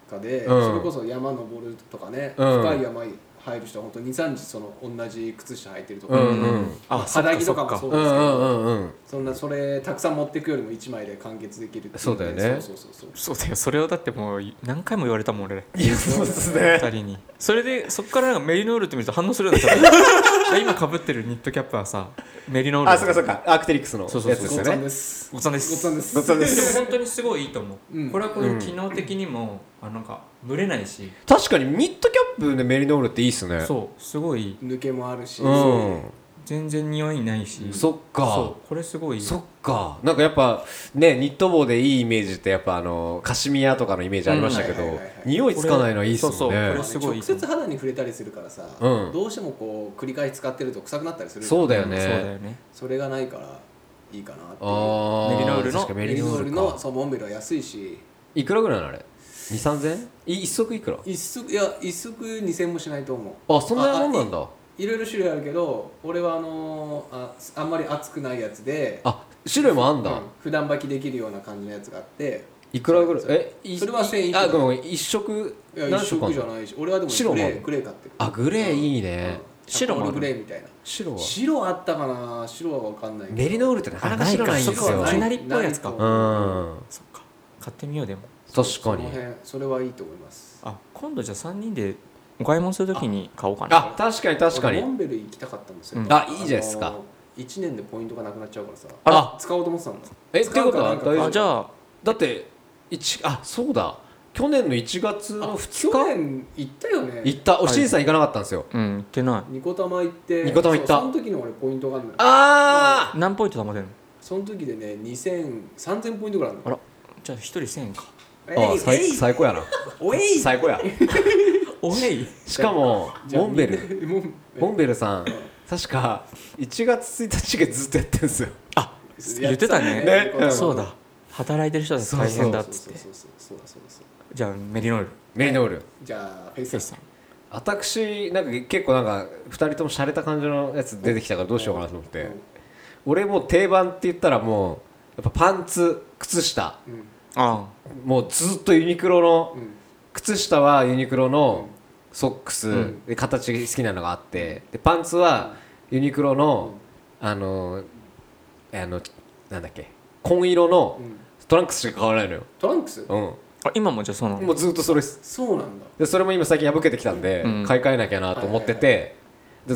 B: かで、
C: うん
B: それこそ山登るとかね、
C: うん
B: 深い山に入る人は本当に23日その同じ靴下履いてるとか、
C: うんうん
A: あ
B: 肌着とか
A: そっ
B: もそう
C: う
B: ですけど、
C: んうんうんうん
B: そんなそれたくさん持っていくよりも1枚で完結できるってい
C: そうだよね
B: そうそうそうそ
A: そ
B: う
A: うだよそれをだってもう何回も言われたもん俺
C: いやそうっすね
A: 2人にそれでそっからなんかメリノールって見ると反応するようになっちゃった [laughs] 今かぶってるニットキャップはさメリノール
C: あそっかそっかアークテリクスのやつ
A: そう
C: です
A: そうそう
B: ご
C: よ
B: っつぁん
C: ね
B: です
A: ごっつぁんです
B: ごっつぁんです
C: ごっつぁんで
A: でも
C: す
A: 本当にすごいいいと思う、
B: うん
A: これはこういう機能的にも、あなんかブレないし、
C: 確かにニットキャップでメリノールっていいっすね
A: そうすごい
B: 抜けもあるし、
C: うん
A: 全然匂いないし、
C: そっか
A: そうこれすごい
C: そっかなんかやっぱねニット帽でいいイメージってやっぱあのカシミヤとかのイメージありましたけど、
B: うんはいはいはいはい
C: 匂いつかないのはいいっすもんね
A: そうそうこれ
B: まあね
A: すごい
B: 直接肌に触れたりするからさ、
C: うん
B: どうしてもこう繰り返し使ってると臭くなったりする
C: そうだよ
A: うん
C: ね
A: そうだよね
B: それがないからいいかなっていう
C: あー
A: メリノールの
C: 確かに
B: メ
C: メ
B: リ
C: リ
B: ノ
C: ノ
B: ー
C: ー
B: ル
C: ル
B: の
C: か
B: そうモンベルは安いし
C: いくらぐらいなのあれ2 3 0 0 0一足いくら
B: 一足いや一足2000もしないと思う
C: あそんなもんなんだ
B: いろいろ種類あるけど俺はあのーああんまり熱くないやつで
C: あ種類もあんだ、
B: うん普段履きできるような感じのやつがあって
C: いくらぐらい
B: そう
C: えい
B: それは1000いくら
C: あごめん一色
B: いや
C: 何
B: 一
C: 色
B: 色
C: あん
B: じゃ
C: の
B: ないし俺はでも
C: 白
B: グ
C: も
B: レ
C: ある
B: ーグレー買ってる
C: あグレーいい
B: うん
C: ね、
A: 白もある
B: タコールグレーみたいな
C: 白は
B: 白あったかな白は分かんないけど
C: メリノールってなかなか知らないんです
A: あないか
C: よ
A: そっかきなりっぽいやつか
B: な
C: う
B: と思うん
A: そっか買ってみようでも
C: 確か
B: その
C: に
B: 辺それはいいと思います
A: あ今度じゃあ3人でお買い物するときに買おうかな
C: あ確かに確か
B: 俺モ
C: に
B: ンベル行きたかったんですよ、
A: うん
C: あいいじゃないですか
B: 1年でポイントがなくなっちゃうからさ
C: あら
B: 使おうと思ってたんだ
C: えって
B: 使
C: こ
B: う
C: と
B: か
C: は
B: なん
C: 大
B: か
C: 丈夫
A: あじゃあ
C: だって一あそうだ去年の1月の
B: 去
C: 2日
B: 年行ったよね
C: 行ったおしんさん行かなかったんですよ、
A: うん行ってな
B: ニコタマ行って
C: ニコタマ行っ
B: そ
C: た
B: うその時の俺ポイントがあるのよ
C: あ
A: い何ポイント貯まってんの
B: その時でね2000 3000ポイントぐらいある
A: あらじゃあ1人1000円か
C: ー、
B: の
C: あ
B: えいえ
C: 最
B: い
C: 最高やな
B: おえい
C: 最高や
A: おい
C: しかも
B: じゃあ
C: モンベル
B: みんなもん
C: モンベルさん確か1月1日がずっとやってるんですよ
A: 言ってたね
C: ねうん
A: そうだ働いてる人たち大変だっつって
B: そうそうそうそうそうそうそうそう
A: じゃあメリノール
C: メリノール
B: じゃあフェイ
A: フェイ
B: ス
A: スさん
C: 私なんか結構なんか2人とも洒落た感じのやつ出てきたからどうしようかなと思って
B: うん
C: 俺もう定番って言ったらもうやっぱパンツ靴下
B: うん
A: あ
C: もうずっとユニクロの
B: うん
C: 靴下はユニクロのソックス、
A: ん
C: で形好きなのがあってでパンツはユニクロの、あのあのなんだっけ紺色の
B: うん
C: トランクスしか買わないのよ、
B: トランクス
C: う
A: ああ今もじゃあそうなの
C: ん、もうずっとそれです
B: そうなんだ
C: でそれも今最近破けてきたんで、
A: うん
C: 買い替えなきゃなと思ってて、
B: は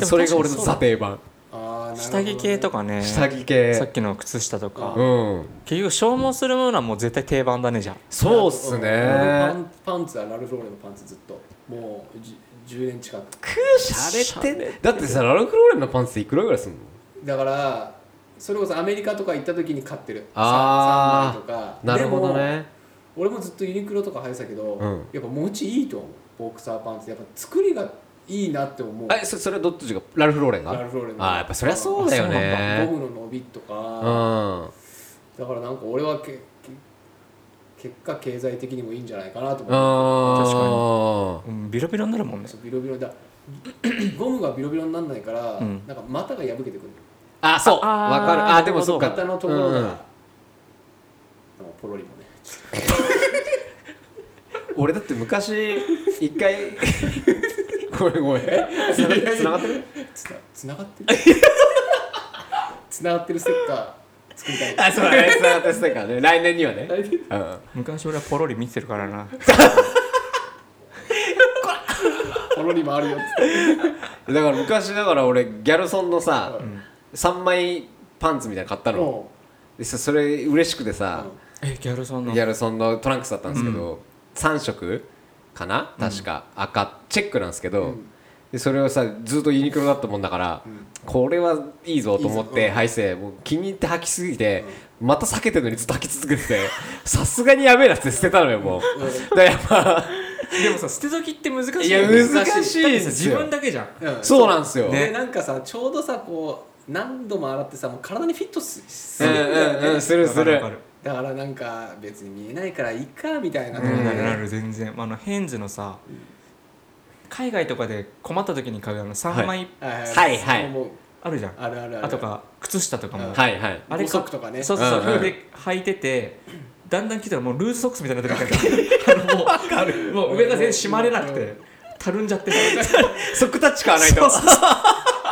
A: で
C: で
A: も
C: それが俺の
A: 確かにそうだ
C: ザ定番、
B: あーなるほど
A: 下
B: ね
A: 着系とかね
C: 下着
A: さっ
C: 系
A: きの靴下と
B: あ
A: か
C: うん
A: 結局消耗するものはもう絶対定番だねじゃ
C: そうっすね
B: 俺パンパンツはラルフローレンのパンツずっともうじ10年近く
C: しゃれてねだってさラルフローレンのパンツっていくらぐらいすんの
B: だからそれこそアメリカとか行った時に買ってる
C: あ
B: さ
C: ー
B: 三枚とか
C: なるほど
B: でも
C: ね
B: 俺もずっとユニクロとか履いてたけど、
C: うん
B: やっぱ持ちいいと思うボクサーパンツやっぱ作りがいいなって思う
C: えそそれはどっちがラルフローレンが
B: ラルフローレンの
C: あーやっぱそりゃそうだよ
B: ゴ
C: ね
B: ムの伸びと
C: う
B: か、
C: ん
B: だからなんか俺はけけ結果経済的にもいいんじゃないかなと思
C: う
B: う、
C: ん
A: あうんビロビロになるもんね
B: そうビロビロだ [coughs] ゴムがビロビロにならないから、
A: うん
B: なんか股が破けてくる
C: あそう
A: あー
C: わかる
A: な
C: あ
A: るほど
C: でもそっか
B: 股のところが、
C: う
B: なん
C: ん
B: かポロリもね
C: 俺だって昔一 [laughs] 回ごめんごめんつながつながってる
B: つなつながってる [laughs] つながってるステッカー作りたい
C: あそうだねつながってるからね来年にはね
B: 来年
C: うん
A: 昔俺はポロリ見てるからな
B: ポロリもあるよっつって
C: だから昔だから俺ギャルソンのさ
B: うん
C: 3枚パンツみたいなの買ったの
B: も
C: でさそれ嬉しくてさ、
A: えギャルソンの
C: ギャルソンのトランクスだったんですけど、3色かな確か、赤チェックなんですけど、でそれをさずっとユニクロだったもんだから、これはいいぞと思っ
B: いい
C: て
B: ぞ
C: はいせもう気に入って履きすぎて、また避けてるのにずっと履き続けて [laughs] てさすがにやべえなって捨てたのよもう、だからやっぱ
A: でもさ捨て時って難しいよね
C: いや難しい
A: だっ
C: で
A: てさ
C: す
A: 自
C: よ
A: 分だけじゃん
B: うん
C: そうなんですよ、
B: でなんかさちょうどさこう何度も洗ってさもう体にフィットすす
C: うん
B: るんだよね、
C: うんうんするする
A: わかわか
B: だからなんか別に見えないからいいかみたいな
A: るなるな
B: ね
A: る全然あのヘンズのさ海外とかで困った時に買うあの
C: はい
A: 3枚
C: はいはい
B: もう
A: あるじゃん、
B: あるあるある
A: あとか靴下とかも、
B: うん
C: はいはい
A: あれ
B: 五足とかね
A: そうそうそう、
C: うんうん
A: で履いててだんだん来たらもうルーズソックスみたいになってるからあのもうもう上が全然締まれなくて、たるんじゃってる
C: 即タッチ買わないと
A: そうそう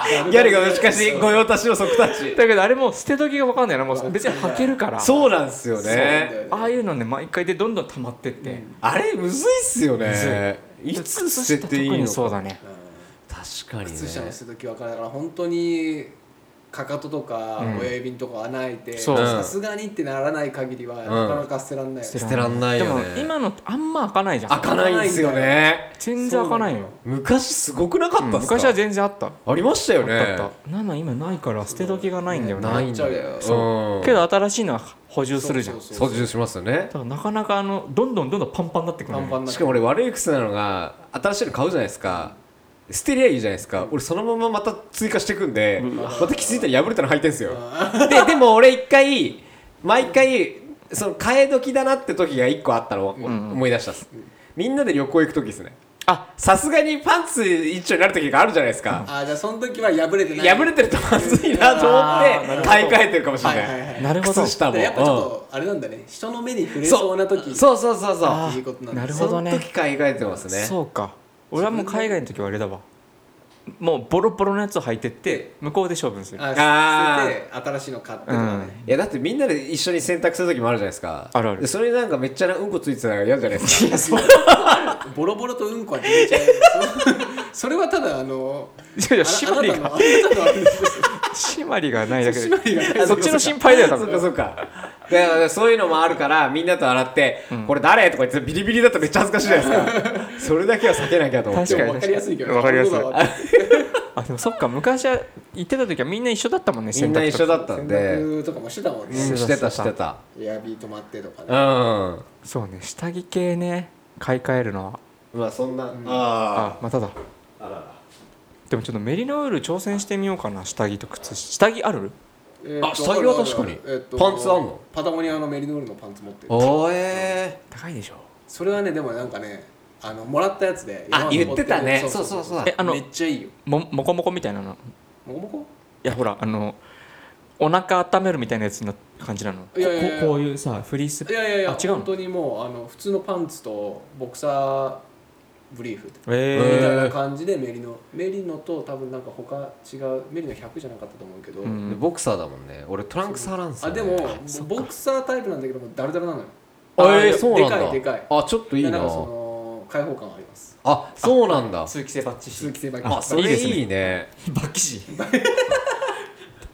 C: ギャルが難しい御用達の即タッチ
A: だけどあれもう捨て時が分かんないなもう別に履けるから
C: そうなんですよ
B: そうなんだよ
C: ね
B: ね
A: ああいうのね毎回でどんどん溜まってって、
C: あれむずいっすよねいつ捨てていいの
A: 靴下特にそう
C: か
A: だね
C: 確かにね
B: 靴下の捨て時分からだから本当にかかととか
A: うん
B: 親指のとか穴開いて
A: そう
B: さすがにってならない限りはなかなか捨てらんないよね
C: 捨てらんないよね
A: でも今のあんま開かないじゃん
C: 開かないんですよね
A: 全然開かないよ
C: 昔すごくなかったっすか
A: 昔は全然あった
C: ありましたよね
A: あったあったなの今ないから捨て時がないんだよね
C: ないんだようん
A: けど新しいのは補充するじゃん
B: そうそうそう
C: 操縦しますよね
A: だからなかなかあのどんどんどんどんパンパンになってくる
B: パ
A: の
B: ン
A: よ
B: パンになって
C: しかも俺悪い癖なのが新しいの買うじゃないですか捨てりゃいいじゃないですか俺そのまままた追加していくんでまた気づいたら破れたの履いてんすよででも俺一回毎回その替え時だなって時が一個あったのを思い出したっすみんなで旅行行く時ですね
A: あ
C: さすがにパンツ一丁になる時があるじゃないですか
B: あーじゃあその時は破れてない
C: 破れてるとまずいなと思って買い替えてるかもしれ
B: はい
C: な
B: はい
C: い
B: はい
A: なるほど
C: 靴下
B: だか
C: も
B: らやっぱちょっ
C: うん
B: とあれなんだね人の目に触れそうな時
C: そうそうそうそう
A: あ
B: いいことなんだ
A: なるほ
C: そ
A: ど
C: の
A: ね
C: 時買い替えてますね
A: そうか俺はもう海外の時はあれだわもうボロボロのやつを履いてって向こうで処分する
B: あ
C: あ
B: 捨
C: ー
B: てて新しいの買ってとかね
C: いやだってみんなで一緒に洗濯する時もあるじゃないですか
A: あるある
C: でそれになんかめっちゃなうんこついてたら嫌じゃないですか
B: ボロボロとうんこは出ちゃうそれはただあの
A: いやいや
B: あ
A: 締まり
B: あなたの
A: が
B: あなたのあれです
A: 締まりがないだけで
B: が
A: そっちの心配だよ多
C: [laughs] そっか
A: 分
C: そっかだからそういうのもあるからみんなと洗って、これ誰とか言ってビリビリだとめっちゃ恥ずかしいじゃないです [laughs] かそれだけは避けなきゃと思って
A: 確かに
B: 分かりやすいけど
A: わかりやすい
B: そうだわ
A: あでもそっか昔は行ってた時はみんな一緒だったもんね
C: みんな一緒だった
B: 洗
C: んで、
B: 濯とかもしてたもん
C: う
B: ね
C: ん、してたしてた
B: エアビー泊まってとか
C: う
B: ね
C: ん
A: そうね下着系ね買い替えるのは
C: まあそんな、
A: あ
C: あ
A: まただ
C: ああらら
A: でもちょっとメリノウール挑戦してみようかな下着と靴下下着ある
B: えーと
C: あ下着は確かに
B: あるあるえーと
C: パンツあんの
B: パタゴニアのメリノールのパンツ持ってる
C: おえ
A: 高いでしょ
B: それはねでもなんかねあのもらったやつで
C: あ言ってたね
B: 山登
C: そうそうそう
A: えあの
B: めっちゃいいよ
A: ももこもこみたいなの
B: もこもこ
A: いやほらあのお腹温めるみたいなやつの感じなの
B: いやいやいや
A: ここうこういうさフリース
B: いやいやいや
A: あ違うの
B: 本当にもうあの普通のパンツとボクサーブリーフみ
A: え
B: たいな感じでメリノメリノと多分なんか他違うメリノ100じゃなかったと思うけど、
A: ん
C: ボクサーだもんね俺トランクス派なんです
B: あ
C: よ、ね、
B: でもボクサータイプなんだけどもダルダルなのよ
C: あえ
B: あ
C: ー、そうなんだ
B: でかいでかい
C: あちょっといい
B: や
C: な
B: なんかその開放感あります
C: あそうなんだ
A: 通気性バッチシ
B: 鈴木先輩
C: あそ
A: いい
C: れ
A: ですね
C: いいね
A: [laughs] バッキシ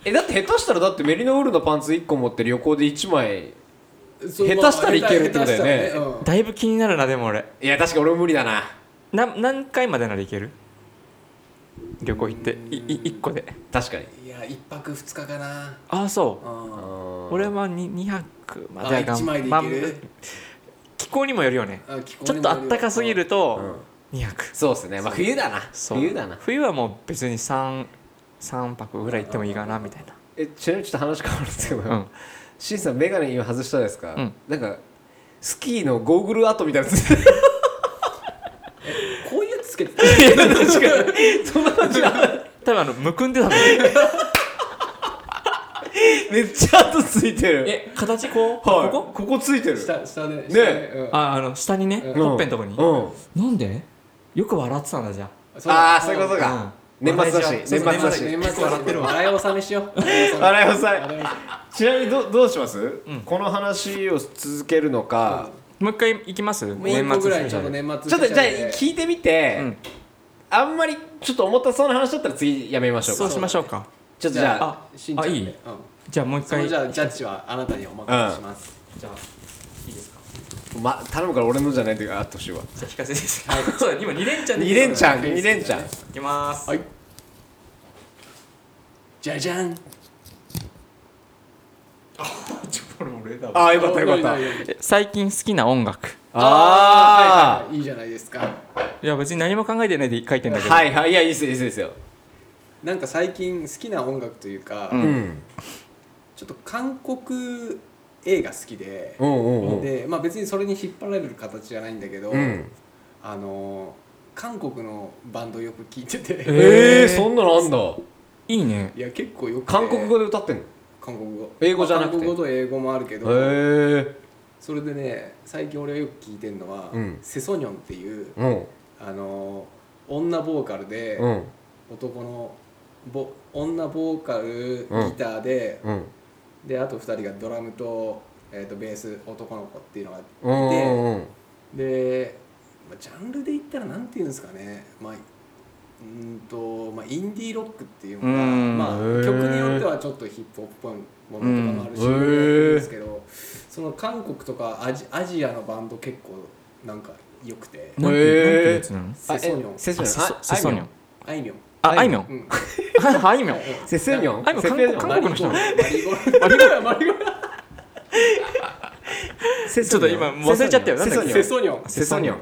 C: えだって下手したらだってメリノウールのパンツ1個持って旅行で1枚下手したらいけるってことだよね
A: だいぶ気になるなでも俺
C: いや確か俺も無理だな
A: な何回までならいける旅行行っていい1個で
C: 確かに
B: いや一泊二日かな
A: ああそう
B: うん
A: 俺はに200までは
B: あ一枚でい
A: まあ
B: ける
A: 気候にもよるよね
B: あ気候
A: ち
B: に
A: ょっ
B: も
A: と
B: よ
A: あ
B: るよ
A: ったかすぎる
C: うん
A: と200
C: そうっすねまあ冬だな
A: そう
C: 冬だな
A: 冬はもう別に 3, 3泊ぐらい行ってもいいかなみたいな
C: えちなみにちょっと話変わるんですけど、
A: うん
C: シンさんメガネ今外したじゃないですか、
A: うん
C: なんかスキーのゴーグル跡みたいなやつ
A: [laughs]
B: こういうやつつけて
C: 確かにそんな感じだ
A: 多分あのむくんでたんだよ
C: めっちゃ跡ついてる
A: え形こう、
C: はい
A: ここ
C: ここついて
B: [laughs]
C: る
B: 下下でね
A: ああの下にね、
B: うん
A: ほっぺんとこに、
C: うん
A: なんでよく笑ってたんだじゃ
C: ああそういうことか、
A: うん
C: 年末だし
A: 年
C: 年末だし
B: 年末笑ってるわ笑い納めしよう笑い納め
C: 洗い押さえちなみにどどうします、この話を続けるのか、
A: あもう一回行きます
B: もう一個ぐらい
A: 年
B: ちょっと
A: 末
B: 年末
C: ちょっとじゃあ
B: い
C: 聞いてみて、
A: うん
C: あんまりちょっと重たそうな話だったら次やめましょうか
A: そうしましょうか
C: ちょっとじゃあ
A: あ
B: しんちゃんで
A: あいい
B: うん、
A: じゃあもう一
B: その
A: 回
B: じゃあジャッジはあなたにお任せします、
A: じゃあいいですか
C: ま、頼むから俺のじゃないとあってほしいわ
A: じゃあ引かせですはいそうだ今2連チャンで
C: 2連チャン
B: フェイス
C: 2連チャン
A: いきます
B: はいじゃじゃん
A: ちょこれ俺だわ
C: ああよかったよかった
B: おいおいおい
A: え最近好きな音楽
B: あー、はい
C: あ
B: はいはい、いいじゃないですか
A: いや別に何も考えてないで書いてん
C: あ
A: だけど、
C: はいはいいやいいですよいいですよ
B: なんか最近好きな音楽というか、
A: うん
C: うん
B: ちょっと韓国映画好きで、
C: うんうんうん
B: でまあ、別にそれに引っ張られる形じゃないんだけど、
C: うん
B: あのー韓国のバンドよく聞いてて、
C: ええそんなのあんだ
A: いいね
B: いや結構よくて
C: 韓国語で歌ってんのへ
B: 韓国語
C: 英語じゃなく
B: ま
C: て
B: あ韓国語と英語もあるけど、
C: え
B: それでね最近俺がよく聞いてるのは、
C: うん
B: セソニョンっていう、
C: うん
B: あのー女ボーカルで、
C: うん
B: 男のボ女ボーカル
C: うん
B: ギターで、
C: うん
B: であと2人がドラムと,、えー、とベース男の子っていうのが
C: うんうんうん
B: で、まあ、ジャンルで言ったらなんていうんですかね、まあ、うーんと、まあ、インディーロックっていうのが
A: うん
B: まあ、
C: へー
B: 曲によってはちょっとヒップホップっぽいものとかもあるし、
C: うんへー
B: ですけどその韓国とかアジアジアのバンド結構なんか良くて
A: なんて
C: へー
A: なんていうやつなの
B: セソニョン
C: セソ
A: あ
C: ニ
A: セ
C: ョ
A: ソ
C: ン
A: セソニョン
B: あいみょん、
A: あ
C: あ
A: あ
C: い
A: い
C: み
A: み
C: ょ
A: ょ
C: ん
A: ん
B: うん、
A: [laughs] あいみょん
C: セソニョン
A: あいみょん
C: セソニョン
A: 韓国の人
B: マリゴールドマリゴールドマリゴールド
C: セ
A: ちょっと今忘れちゃったよ
C: セソニ
B: セ
C: ョン
B: ソニョン
C: セソニョン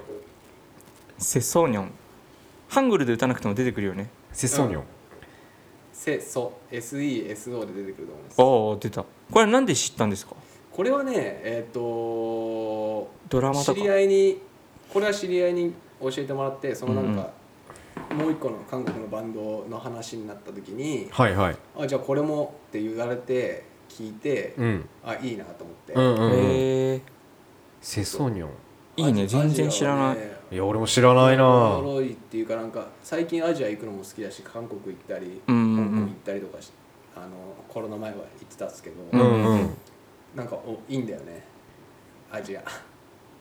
A: セソニョンハングルで打たなくても出てくるよね
C: セソニョン
B: セソ SESO で出てくると思います
A: ああ出たこれなんで知ったんですか
B: これはねえっ、と
A: ドラマ
B: 知
A: と
B: り
A: か
B: 合いにこれは知り合いに教えてもらってそのなんか、もう一個の韓国のバンドの話になった時に
C: はいはい
B: 「あじゃあこれも」って言われて聞いて、
C: うん
B: あいいなと思って、
C: うんうんうん
A: へえ
C: セソニョン
A: いいね
B: アジアは
A: 全然知らない
B: ね
C: いや俺も知らないな
B: おもろいっていうかなんか最近アジア行くのも好きだし韓国行ったり、
A: うんうん
B: 香港
A: うん
B: 行ったりとかしあのコロナ前は行ってたんですけど、
C: うんうん
B: なんかおいいんだよねアジア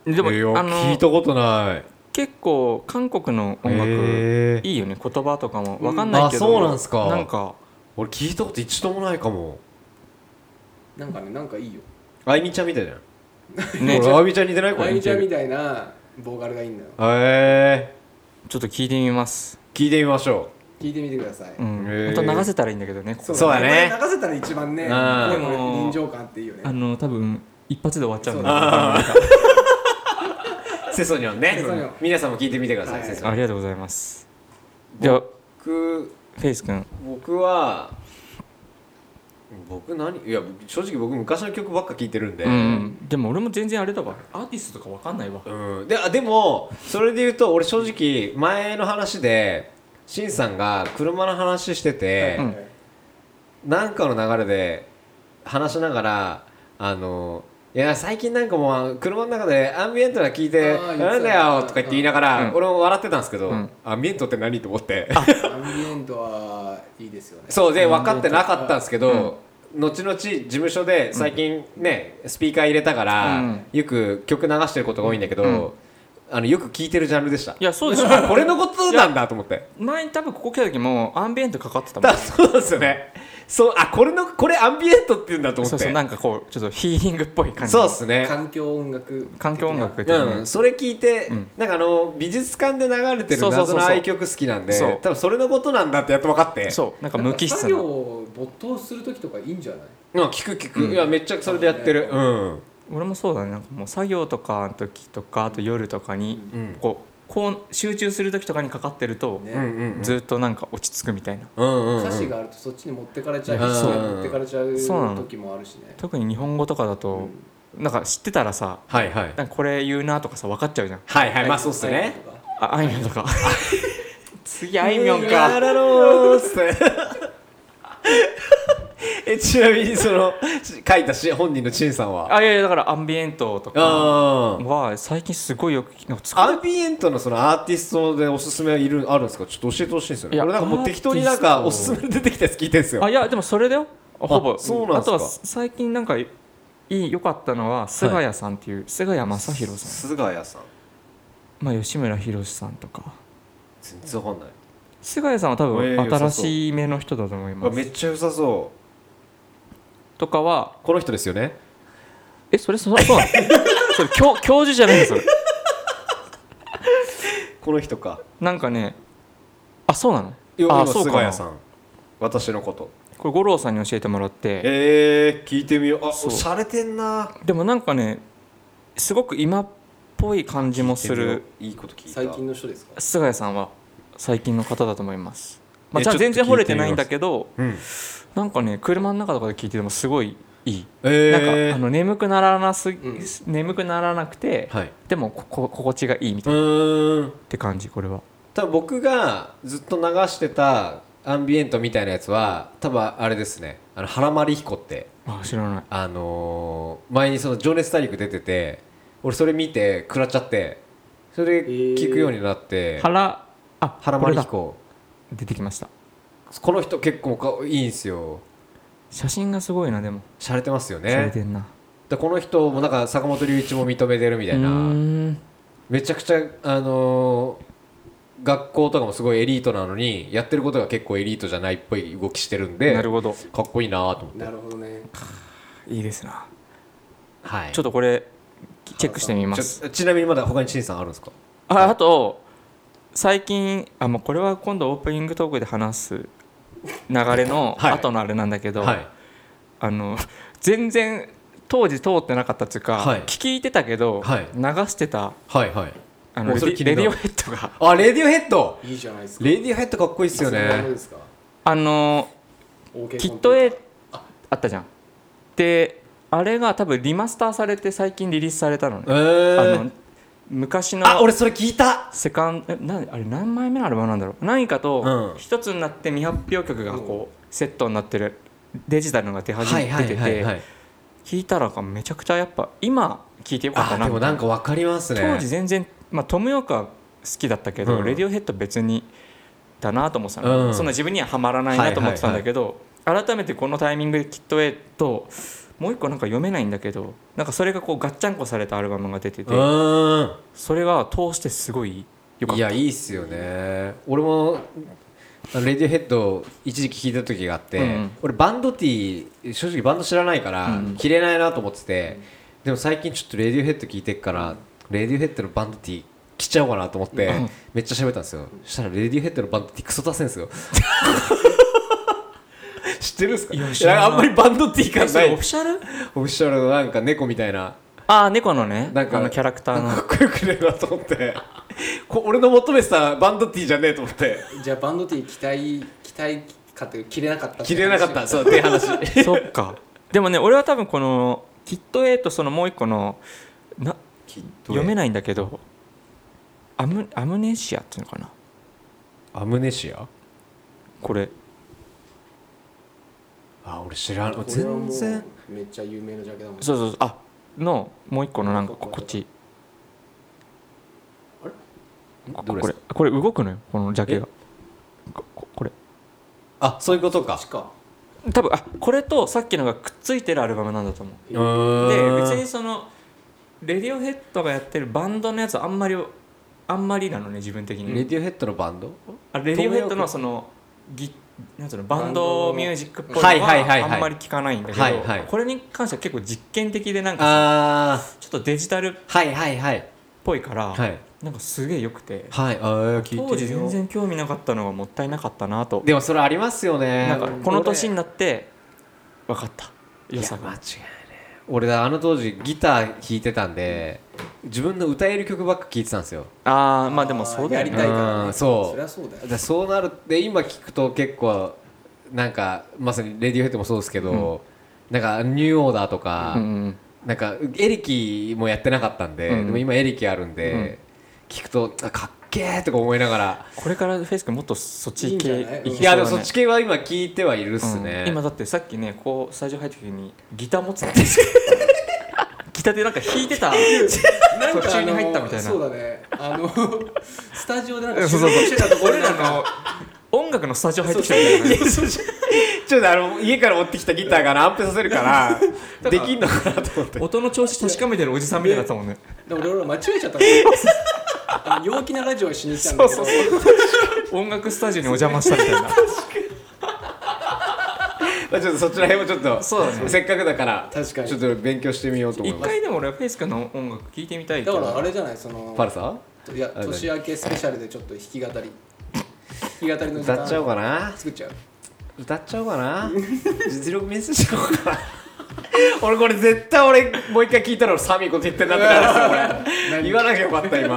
B: [laughs]
A: でも
C: いや
A: あ
C: 聞い
A: の
C: たことない
A: 結構韓国の音楽
C: へえ
A: いいよね言葉とかもわかんないけど
C: うんあそうなんすか
A: なんか
C: 俺聞いたこと一度もないかも
B: なんかねなんかいいよ
C: あいみちゃんみたいじゃん
A: ね
C: 俺あいみちゃん似てないこ
B: あ
C: れ
B: い
C: 似
B: みち
C: て
B: ゃんみ
C: る
B: たいなボーカルがいいんだよ
C: へえ
A: ちょっと聞いてみます
C: 聞いてみましょ
B: 聞いてみてください、
A: うん
C: へー
A: 本当は流せたらいいんだけどねここ
C: そうだね
B: これ流せたら一番ね、
C: うん
B: でも臨場感っていいよね。
A: あの多分一発で終わっちゃうん
B: そうだ
A: だ
C: うセソニョンね
B: セソニョン
C: 皆さんも聞いてみてください
B: はい
C: セソニョン
A: ありがとうございますじゃあ
C: 僕
A: フェイス君
C: 僕は僕何いや正直僕昔の曲ばっか聞いてるんで
A: う、んでも俺も全然あれだわアーティストとかわかんないわ
C: うん、であでもそれで言うと俺正直前の話でしんさんが車の話してて、
A: うん
C: なんかの流れで話しながらあのいや最近なんかもう車の中でアンビエントが聞いて
B: あー言ってた
C: なんだよとか言って言いながら、
A: うん
C: 俺も笑ってたんですけど、
A: うん
C: アンビエントって何と思って
B: アンビエントはいいですよね。
C: そうで分かってなかったんですけど、後々事務所で最近ね、スピーカー入れたから、
A: うん
C: よく曲流してることが多いんだけど、
A: うん
C: あのよく聴いてるジャンルでした
A: いやそうでしょ
C: これのことなんだと思って
A: [laughs] 前に多分ここ来た時もアンビエントかかってたもん
C: だそうなんですよねそうあこれのこれアンビエントって言うんだと思って
A: そうそうなんかこうちょっとヒーリングっぽい感じ
C: そうっすね
B: 環境音楽。
A: 環境音楽的な
C: うん、それ聞いて、
A: ん
C: なんかあの美術館で流れて
A: そうそうそう
C: る謎
A: そう
C: の愛曲好きなんで
A: そう
C: 多分それのことなんだってやっと分かって
A: そうなんか無機質
B: 作
A: な
B: 業を没頭する時とかいいんじゃない
C: うん聞く聞く、いやめっちゃそれでやってるうん
A: 俺もそうだねなんかもう作業とかの時とかあと夜とかに、
C: うん
A: こうこう集中する時とかにかかってると、
B: ね
C: うんうん
A: ずっとなんか落ち着くみたいな
C: うんうんうん
B: 歌詞があるとそっちに持ってかれちゃう、
C: うん
B: そう持ってかれちゃう
A: そうなの
B: 時もあるしね。
A: 特に日本語とかだと、なんか知ってたらさ
C: はいはい
A: なんかこれ言うなとかさ分かっちゃうじゃん
C: はいはい、まあそうっすね。
A: ああいみょんと [laughs] か次あいみょんか
C: ラローっすね [laughs] え、ちなみにその、し書いたし本人の陳さんは。
A: あいやいやだからアンビエントとか
C: あー
A: は最近すごいよく聞く
C: アンビエントのそのアーティストでおすすめいるあるんですかちょっと教えてほしいんですよね。
A: いや
C: 俺なんかもう適当になん
A: ア
C: か
A: ーテ
C: お
A: ィス
C: すす
A: ト
C: め出てきたやつ聞いてるんです
A: あ
C: よ。
A: いやでもそれだよほぼ
C: そうなんす
A: あと
C: か
A: は最近なんかいい良かったのは菅谷さんっていう、菅谷正宏さ
C: 菅谷さん。
A: ん、まあ、吉村宏さんとか
C: 全然わかんない。
A: 菅谷さんは多
C: え
A: 分
C: え
A: 新しい目の人だと思い
C: あ
A: ます、
C: めっちゃ良さそう
A: とかは
C: この人ですよね
A: えそれそそうなの
C: [laughs]
A: それ教教授じゃないのそれ
C: この人か
A: なんかねあそうなの
C: 今
A: あそう
C: 菅
A: かな
C: 谷さん私のこと
A: これ五郎さんに教えてもらって
C: えー、聞いてみようあ
A: そう
C: おしゃれてんな
A: でもなんかねすごく今っぽい感じもする
C: いいこと聞いた
B: 最近の人ですか
A: 菅谷さんは最近の方だと思います、まあ、
C: え
A: じゃあ
C: ちょっと
A: 全然惚れてないんだけど
C: うん
A: なんかね車の中とかで聞いててもすごいいい、
C: え
A: なん
C: ー、
A: かあの眠くならなすぎ、
B: うん
A: 眠くならなくて、
C: はい
A: でもここ心地がいいみた
C: う
A: いな
C: ーん
A: って感じこれは
C: 多分僕がずっと流してたアンビエントみたいなやつは多分あれですねあの原真理彦って
A: あ知らない
C: あのー前にその「情熱大陸」出てて俺それ見て食らっちゃってそれで聞くようになって、
A: 原あ
C: 原
A: こ
C: 真
A: れ
C: 理
A: だ
C: 彦
A: 出てきました
C: この人結構かいいんすよ
A: 写真がすごいなでも
C: しゃれてますよ
A: され
C: ね
A: てんな
C: でこの人もなんか坂本龍一も認めてるみ
A: う
C: たいな
A: ーん
C: めちゃくちゃあのー学校とかもすごいエリートなのにやってることが結構エリートじゃないっぽい動きしてるんで
A: なるほど
C: かっこいいなと思って
B: なるほどね
A: いいですな
C: はい
A: ちょっとこれチェックしてみます
C: ちょちなみにまだ他に陳さんあるんですか
A: ああと最近あもうこれは今度オープニングトークで話す流れの
C: [laughs] はい
A: 後のあれなんだけど、
C: はい
A: あの全然当時通ってなかったっていうか、
C: はい
A: 聞いてたけど、
C: はい
A: 流してた
C: はいはい
A: あの
C: お
A: レ
C: そ
A: ディ
C: れ気
A: レ
C: にな
A: ディオ
C: る
A: ヘッドが
C: あレディオヘッド
B: いいじゃないですか
C: レディオヘッドかっこいいっすよ
B: そんなもの
C: ね
B: ですか
A: あの
B: OK
A: きっとえ
B: コンピュー
A: あったじゃんであれが多分リマスターされて最近リリースされたの
C: え
A: ね、あ
C: ー
A: の、昔の
C: あ俺それ聞いた
A: セカンドなあれ何枚目のアルバムなんだろう何かと
C: うん
A: 一つになって未発表曲がこうセットになってるデジタルのが出始めてて
C: い
A: 聞いたらめちゃくちゃやっぱ今聞いてよかった
C: あ
A: な
C: でも
A: みた
C: ないん
A: な
C: かわかりますね
A: 当時全然まあトム・ヨークは好きだったけど、
C: うん
A: レディオヘッド別にだなと思ってたの、
C: うん
A: そんな自分にはハマらないなと思ってたんだけど、改めてこのタイミングで「キット・エイ」ともう一個なんか読めないんだけどなんかそれがこうガッチャンコされたアルバムが出て
C: う
A: て、
C: ーん
A: それが通してすごいよかっ
C: い
A: た
C: やいいっすよね俺もあのレディオヘッド一時期聞いた時があって、
A: うんうん
C: 俺バンドティー正直バンド知らないから
A: うん
C: 着れないなと思ってて、でも最近ちょっとレディオヘッド聞いてっから、レディオヘッドのバンドティー着ちゃおうかなと思って、
A: うん
C: めっちゃ調べたんですよそしたらレディオヘッドのバンドティークソ出せん
A: [laughs]
C: すよ知ってるんすか
A: いや知
C: い
A: らない
C: やあんまりバンドティー感
A: えそ
C: な
A: れ
C: い
A: オフィシャル
C: オフィシャルのなんか猫みたいな
A: ああ猫のね
C: なんか
A: あのキャラクターの
C: かっこよくねえなと思ってこ俺の求めてたバンドティーじゃねえと思って
B: トじゃあバンドティー期待期待かって切れなかった
C: 切れなかったそうっていう話
A: [laughs] そっかでもね俺は多分この「キット・エイ」とそのもう一個のな読め
C: ない
A: ないんだけどアムアムネシアっていうのかな
C: アムネシア
A: これ
C: あ俺知らん
B: これは
C: 全
B: もう
C: 然
B: めっちゃ有名なジャケだもん
A: そうそうそうあのもう一個のなんかここっちこ
C: どれ
A: これこれ動くのよこのジャケがこここれ
C: あそういうこと
B: あ
C: か
B: っちか
A: 多分あこれとさっきのがくっついてるアルバムなんだと思う
C: う
A: で別
C: ー
A: に
C: ん
A: そのレディオヘッドがやってるバンドのやつあんまりあんまりなのね自分的に
C: レディオヘッドのバンド
A: あレディオヘッド
C: トムヨーク
A: のそのギなんつうのバンドミュージックっぽいの
C: はいはいはいはい
A: はあんまり聞かないんだけど、
C: はいはい
A: これに関しては結構実験的でなんか
C: あー
A: ちょっとデジタルっ
C: はいはいはい
A: ぽいから、
C: はい
A: なんかすげえ良くて
C: はいあー聞いてみよう
A: 当時全然興味なかったのがもったいなかったなと
C: でもそれありますよね
A: なんかこの年になって分かった良さ
C: いや間
A: が
C: 違いね俺だあの当時ギター弾いてたんで自分の歌える曲ばっか聴いてたんですよ
A: ああまあでもそうだよ
B: やり
A: ね
B: たいから
C: うん
B: ね
C: そ
B: そ
C: う
B: りゃそうだよ
C: だからそうなるって今聞くと結構なんかまさにレディオヘッドもそうですけど、なんかニューオーダーとか、
A: うんうん
C: なんかエレキもやってなかったんで、
A: うん
C: でも今エレキあるんで、
A: うん
C: 聞くとあかっけーとか思いながら、
A: これからフェイス君もっとそっち
B: いいんじゃ
A: 系
B: ない
A: 行き
C: い
A: そう
C: や
A: だ
C: で
A: ね
C: もそっち系は今聞いてはいるっすね、
A: うん今だってさっきねこうスタジオ入った時にギター持
C: [laughs]
A: つんですギターでなんか弾いてた
B: なん
A: 途
B: か
A: 中
B: あ
A: に
B: の
A: 入ったみたいな
B: そうだねあのスタジオでなん
A: う
B: か
A: んそう
B: 収
A: そうそ
B: 録
A: う
B: してたところ
A: 俺
B: に
A: ら
B: なんか
A: の音楽のスタジオ入ってきたみたいなね
C: ちょっとあの家から持ってきたギターからアンプさせるから
A: [laughs]
C: できんのかなと思って
A: 音の調子確かめてるおじさんみたいだったもんね
B: でも俺ら間違えちゃったのあの陽気なラジオはしに行ったんだけど
A: 音楽スタジオにお邪魔したみたいな
C: まあちょっとそちら辺もちょっと
A: そうだね
C: せっかくだから
B: 確かに
C: ちょっと勉強してみようと思い
A: 一
C: ます
A: 回でも俺はフェイス君の音楽聴いてみたいけ
B: だ
A: ど
B: からあれじゃないその
C: パルさ
B: いや
C: あれ
B: 年明けスペシャルでちょっと弾き語り弾き語りの時
C: 歌っちゃおう
B: 間
C: かな
B: 作っちゃう
C: 歌っちゃおうかな実力見せちゃおうかな俺これ絶対俺もう一回聞いたら俺サミーこと言ってんなってなるんですよこれ言わなきゃよかった今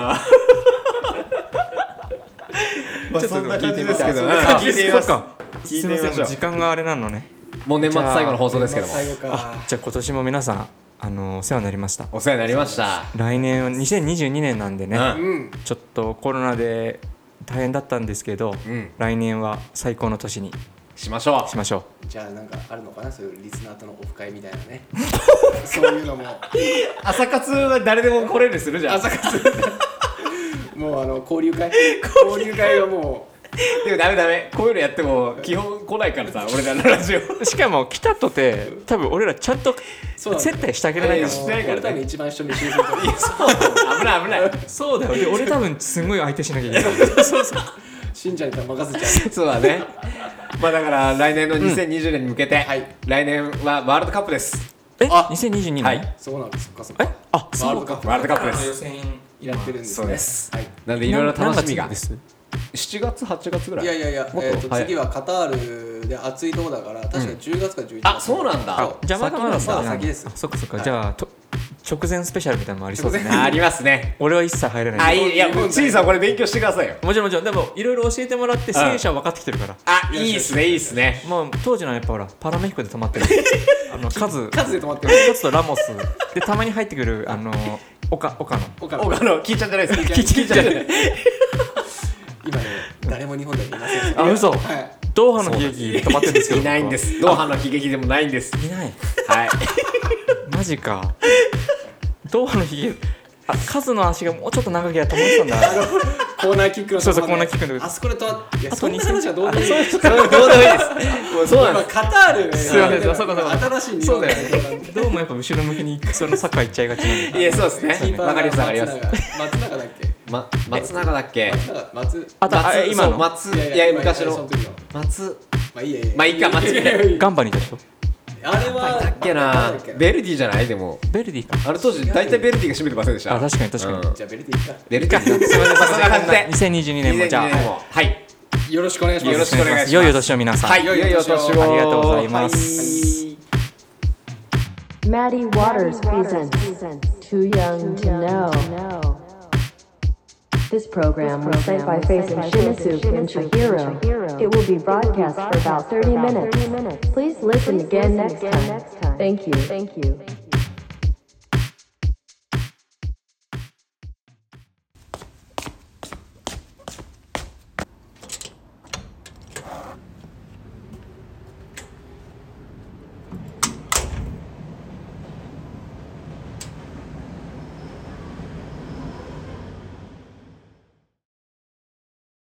C: まあそんな感じですけどね
A: あ
C: 聞いてみます
A: そっか
C: 聞い
A: す
C: て
A: み
C: み
A: ま
C: まし
A: せ
C: ょうん
A: 時間があれなのね
C: もう年末最後の放送ですけども
B: 最後か
A: じゃあ今年も皆さんあのお世話になりました
C: お世話になりました
A: 来年は2022年なんでね、
C: うん
B: うん
A: ちょっとコロナで大変だったんですけど、
C: うん
A: 来年は最高の年に
C: しましょ
A: しましょ
B: じゃあなんかあるのかなそういうリスナーとのオフ会みたいな
C: [laughs]
B: ねそういうのも
C: う朝活は誰でも来れるするじゃん
B: 朝活もうあの交流会交流会はも
C: でもダメダメこういうのやっても基本来ないからさ俺らのラ [laughs] ジオ
A: うしかも来たとて多分俺らちゃんと
B: そうだね
A: 接待してあげれないか
B: う
A: ら、
C: しないからね
B: 俺多分一番人見 [laughs] 知りすると思う
C: 危ない危ない
A: そうだよで俺多分すごい相手しなきゃいけない [laughs]
B: 信者に多分任せちゃう
C: [laughs] そうだね。まあだから来年の2020年に向けて、
B: はい
C: 来年はワールドカップです。
A: え
B: あ
A: 2022年、
C: はい
B: そうなんですそっかそっ
A: え
B: か
A: あ
B: ワー
A: そ
B: ル
A: う
B: ドカップ
C: ワールドカップで
A: 予
C: す。
A: 選
B: やってるんです
C: そう
B: ね
C: です
B: はい
C: なんでいろいろ楽しみが
A: 何。月です
C: 7月8月ぐらい。
B: いやいやいや、
C: もっと
B: えーと
C: 早い
B: 次はカタールで暑いとこだから確かに10月か11月、
C: あそうなんだ
B: そう
A: じゃあまだまださ
B: まだ先です
A: あそっかそっか、じゃあと直前スペシャルみたいなのもありそうですね
C: あります
A: [laughs]
C: ね。
A: 俺は一切入れな
C: あ
A: い
C: いいいやもうチーさんこれ勉強してくださいよ。
A: もちろんもちろんでもいろいろ教えてもらって選手は分かってきてるから、
C: あいいっすねいいっすね。
A: まあ当時のやっぱほらパラメヒコで止まってるあのカズカ
B: 数で止まってる
A: ズとラモスでたまに入ってくるあの岡岡野
B: 岡野
C: 岡野聞いちゃんじゃないです。
B: 聞いちゃん
C: 聞いちゃんじゃない。
B: 今ね誰も日本ではいません
A: あ嘘
B: はい
A: ドーハの悲劇で止まってるんですけ [laughs] ど
C: いないんです。ドーハの喜劇でもないんです。
A: 僕はいない
C: はい。
A: マジかドーハの悲劇あカズの足がもうちょっと長ければ止まってたんだ
B: コーナーキックの
A: そうそう
B: とこまで
A: コーナーキックのとこ
B: あそこでといや
A: あと
B: そんな話はどうでもいい
C: それどうでもいいです。もう [laughs] そうなん
B: 今 [laughs]
C: です。
B: カタール
A: すいませんそうそうそう
B: 新しい日本代表なんで
A: どうもやっぱ後ろ向きにそのサッカー行っちゃいがちなんだ
C: いやそうです
B: キー
C: ね。
B: パー
C: わかりますわかります。
B: 松永松永だっけ
C: ま松永だっけ。
B: 松永松
A: あとあ
C: 松
A: 今
C: そ
A: の
C: う
A: ガ
C: 松
B: いやい
C: い
B: や
C: や
B: 今
C: 昔
B: その
C: の
B: 時の
C: 松。
B: まあいいやいや
C: まあいいか松
B: いやいや
A: ンバにいた人
B: あれは
C: だっけ
B: な
C: なベルディじゃないでも
A: ベルディか
C: あの当時大体ベルディが占めてませんでした
A: あ確かに確かに
C: うん
B: じゃあベルディか
C: ベルディだすいませんそんな感じで
A: 2022年もじゃあ
C: 2022年もはい
B: よろしくお願いします
C: よろしくお願いします
A: 良いお年を皆さん、
C: はい良いお年を
A: ありがとうございます
C: はい
D: Maddie Waters presents Too Young to Know. This program was sent by Faith and Shimizu in Chihiro. It will be broadcast for about 30 minutes. Please listen again next time. Thank you. Thank you.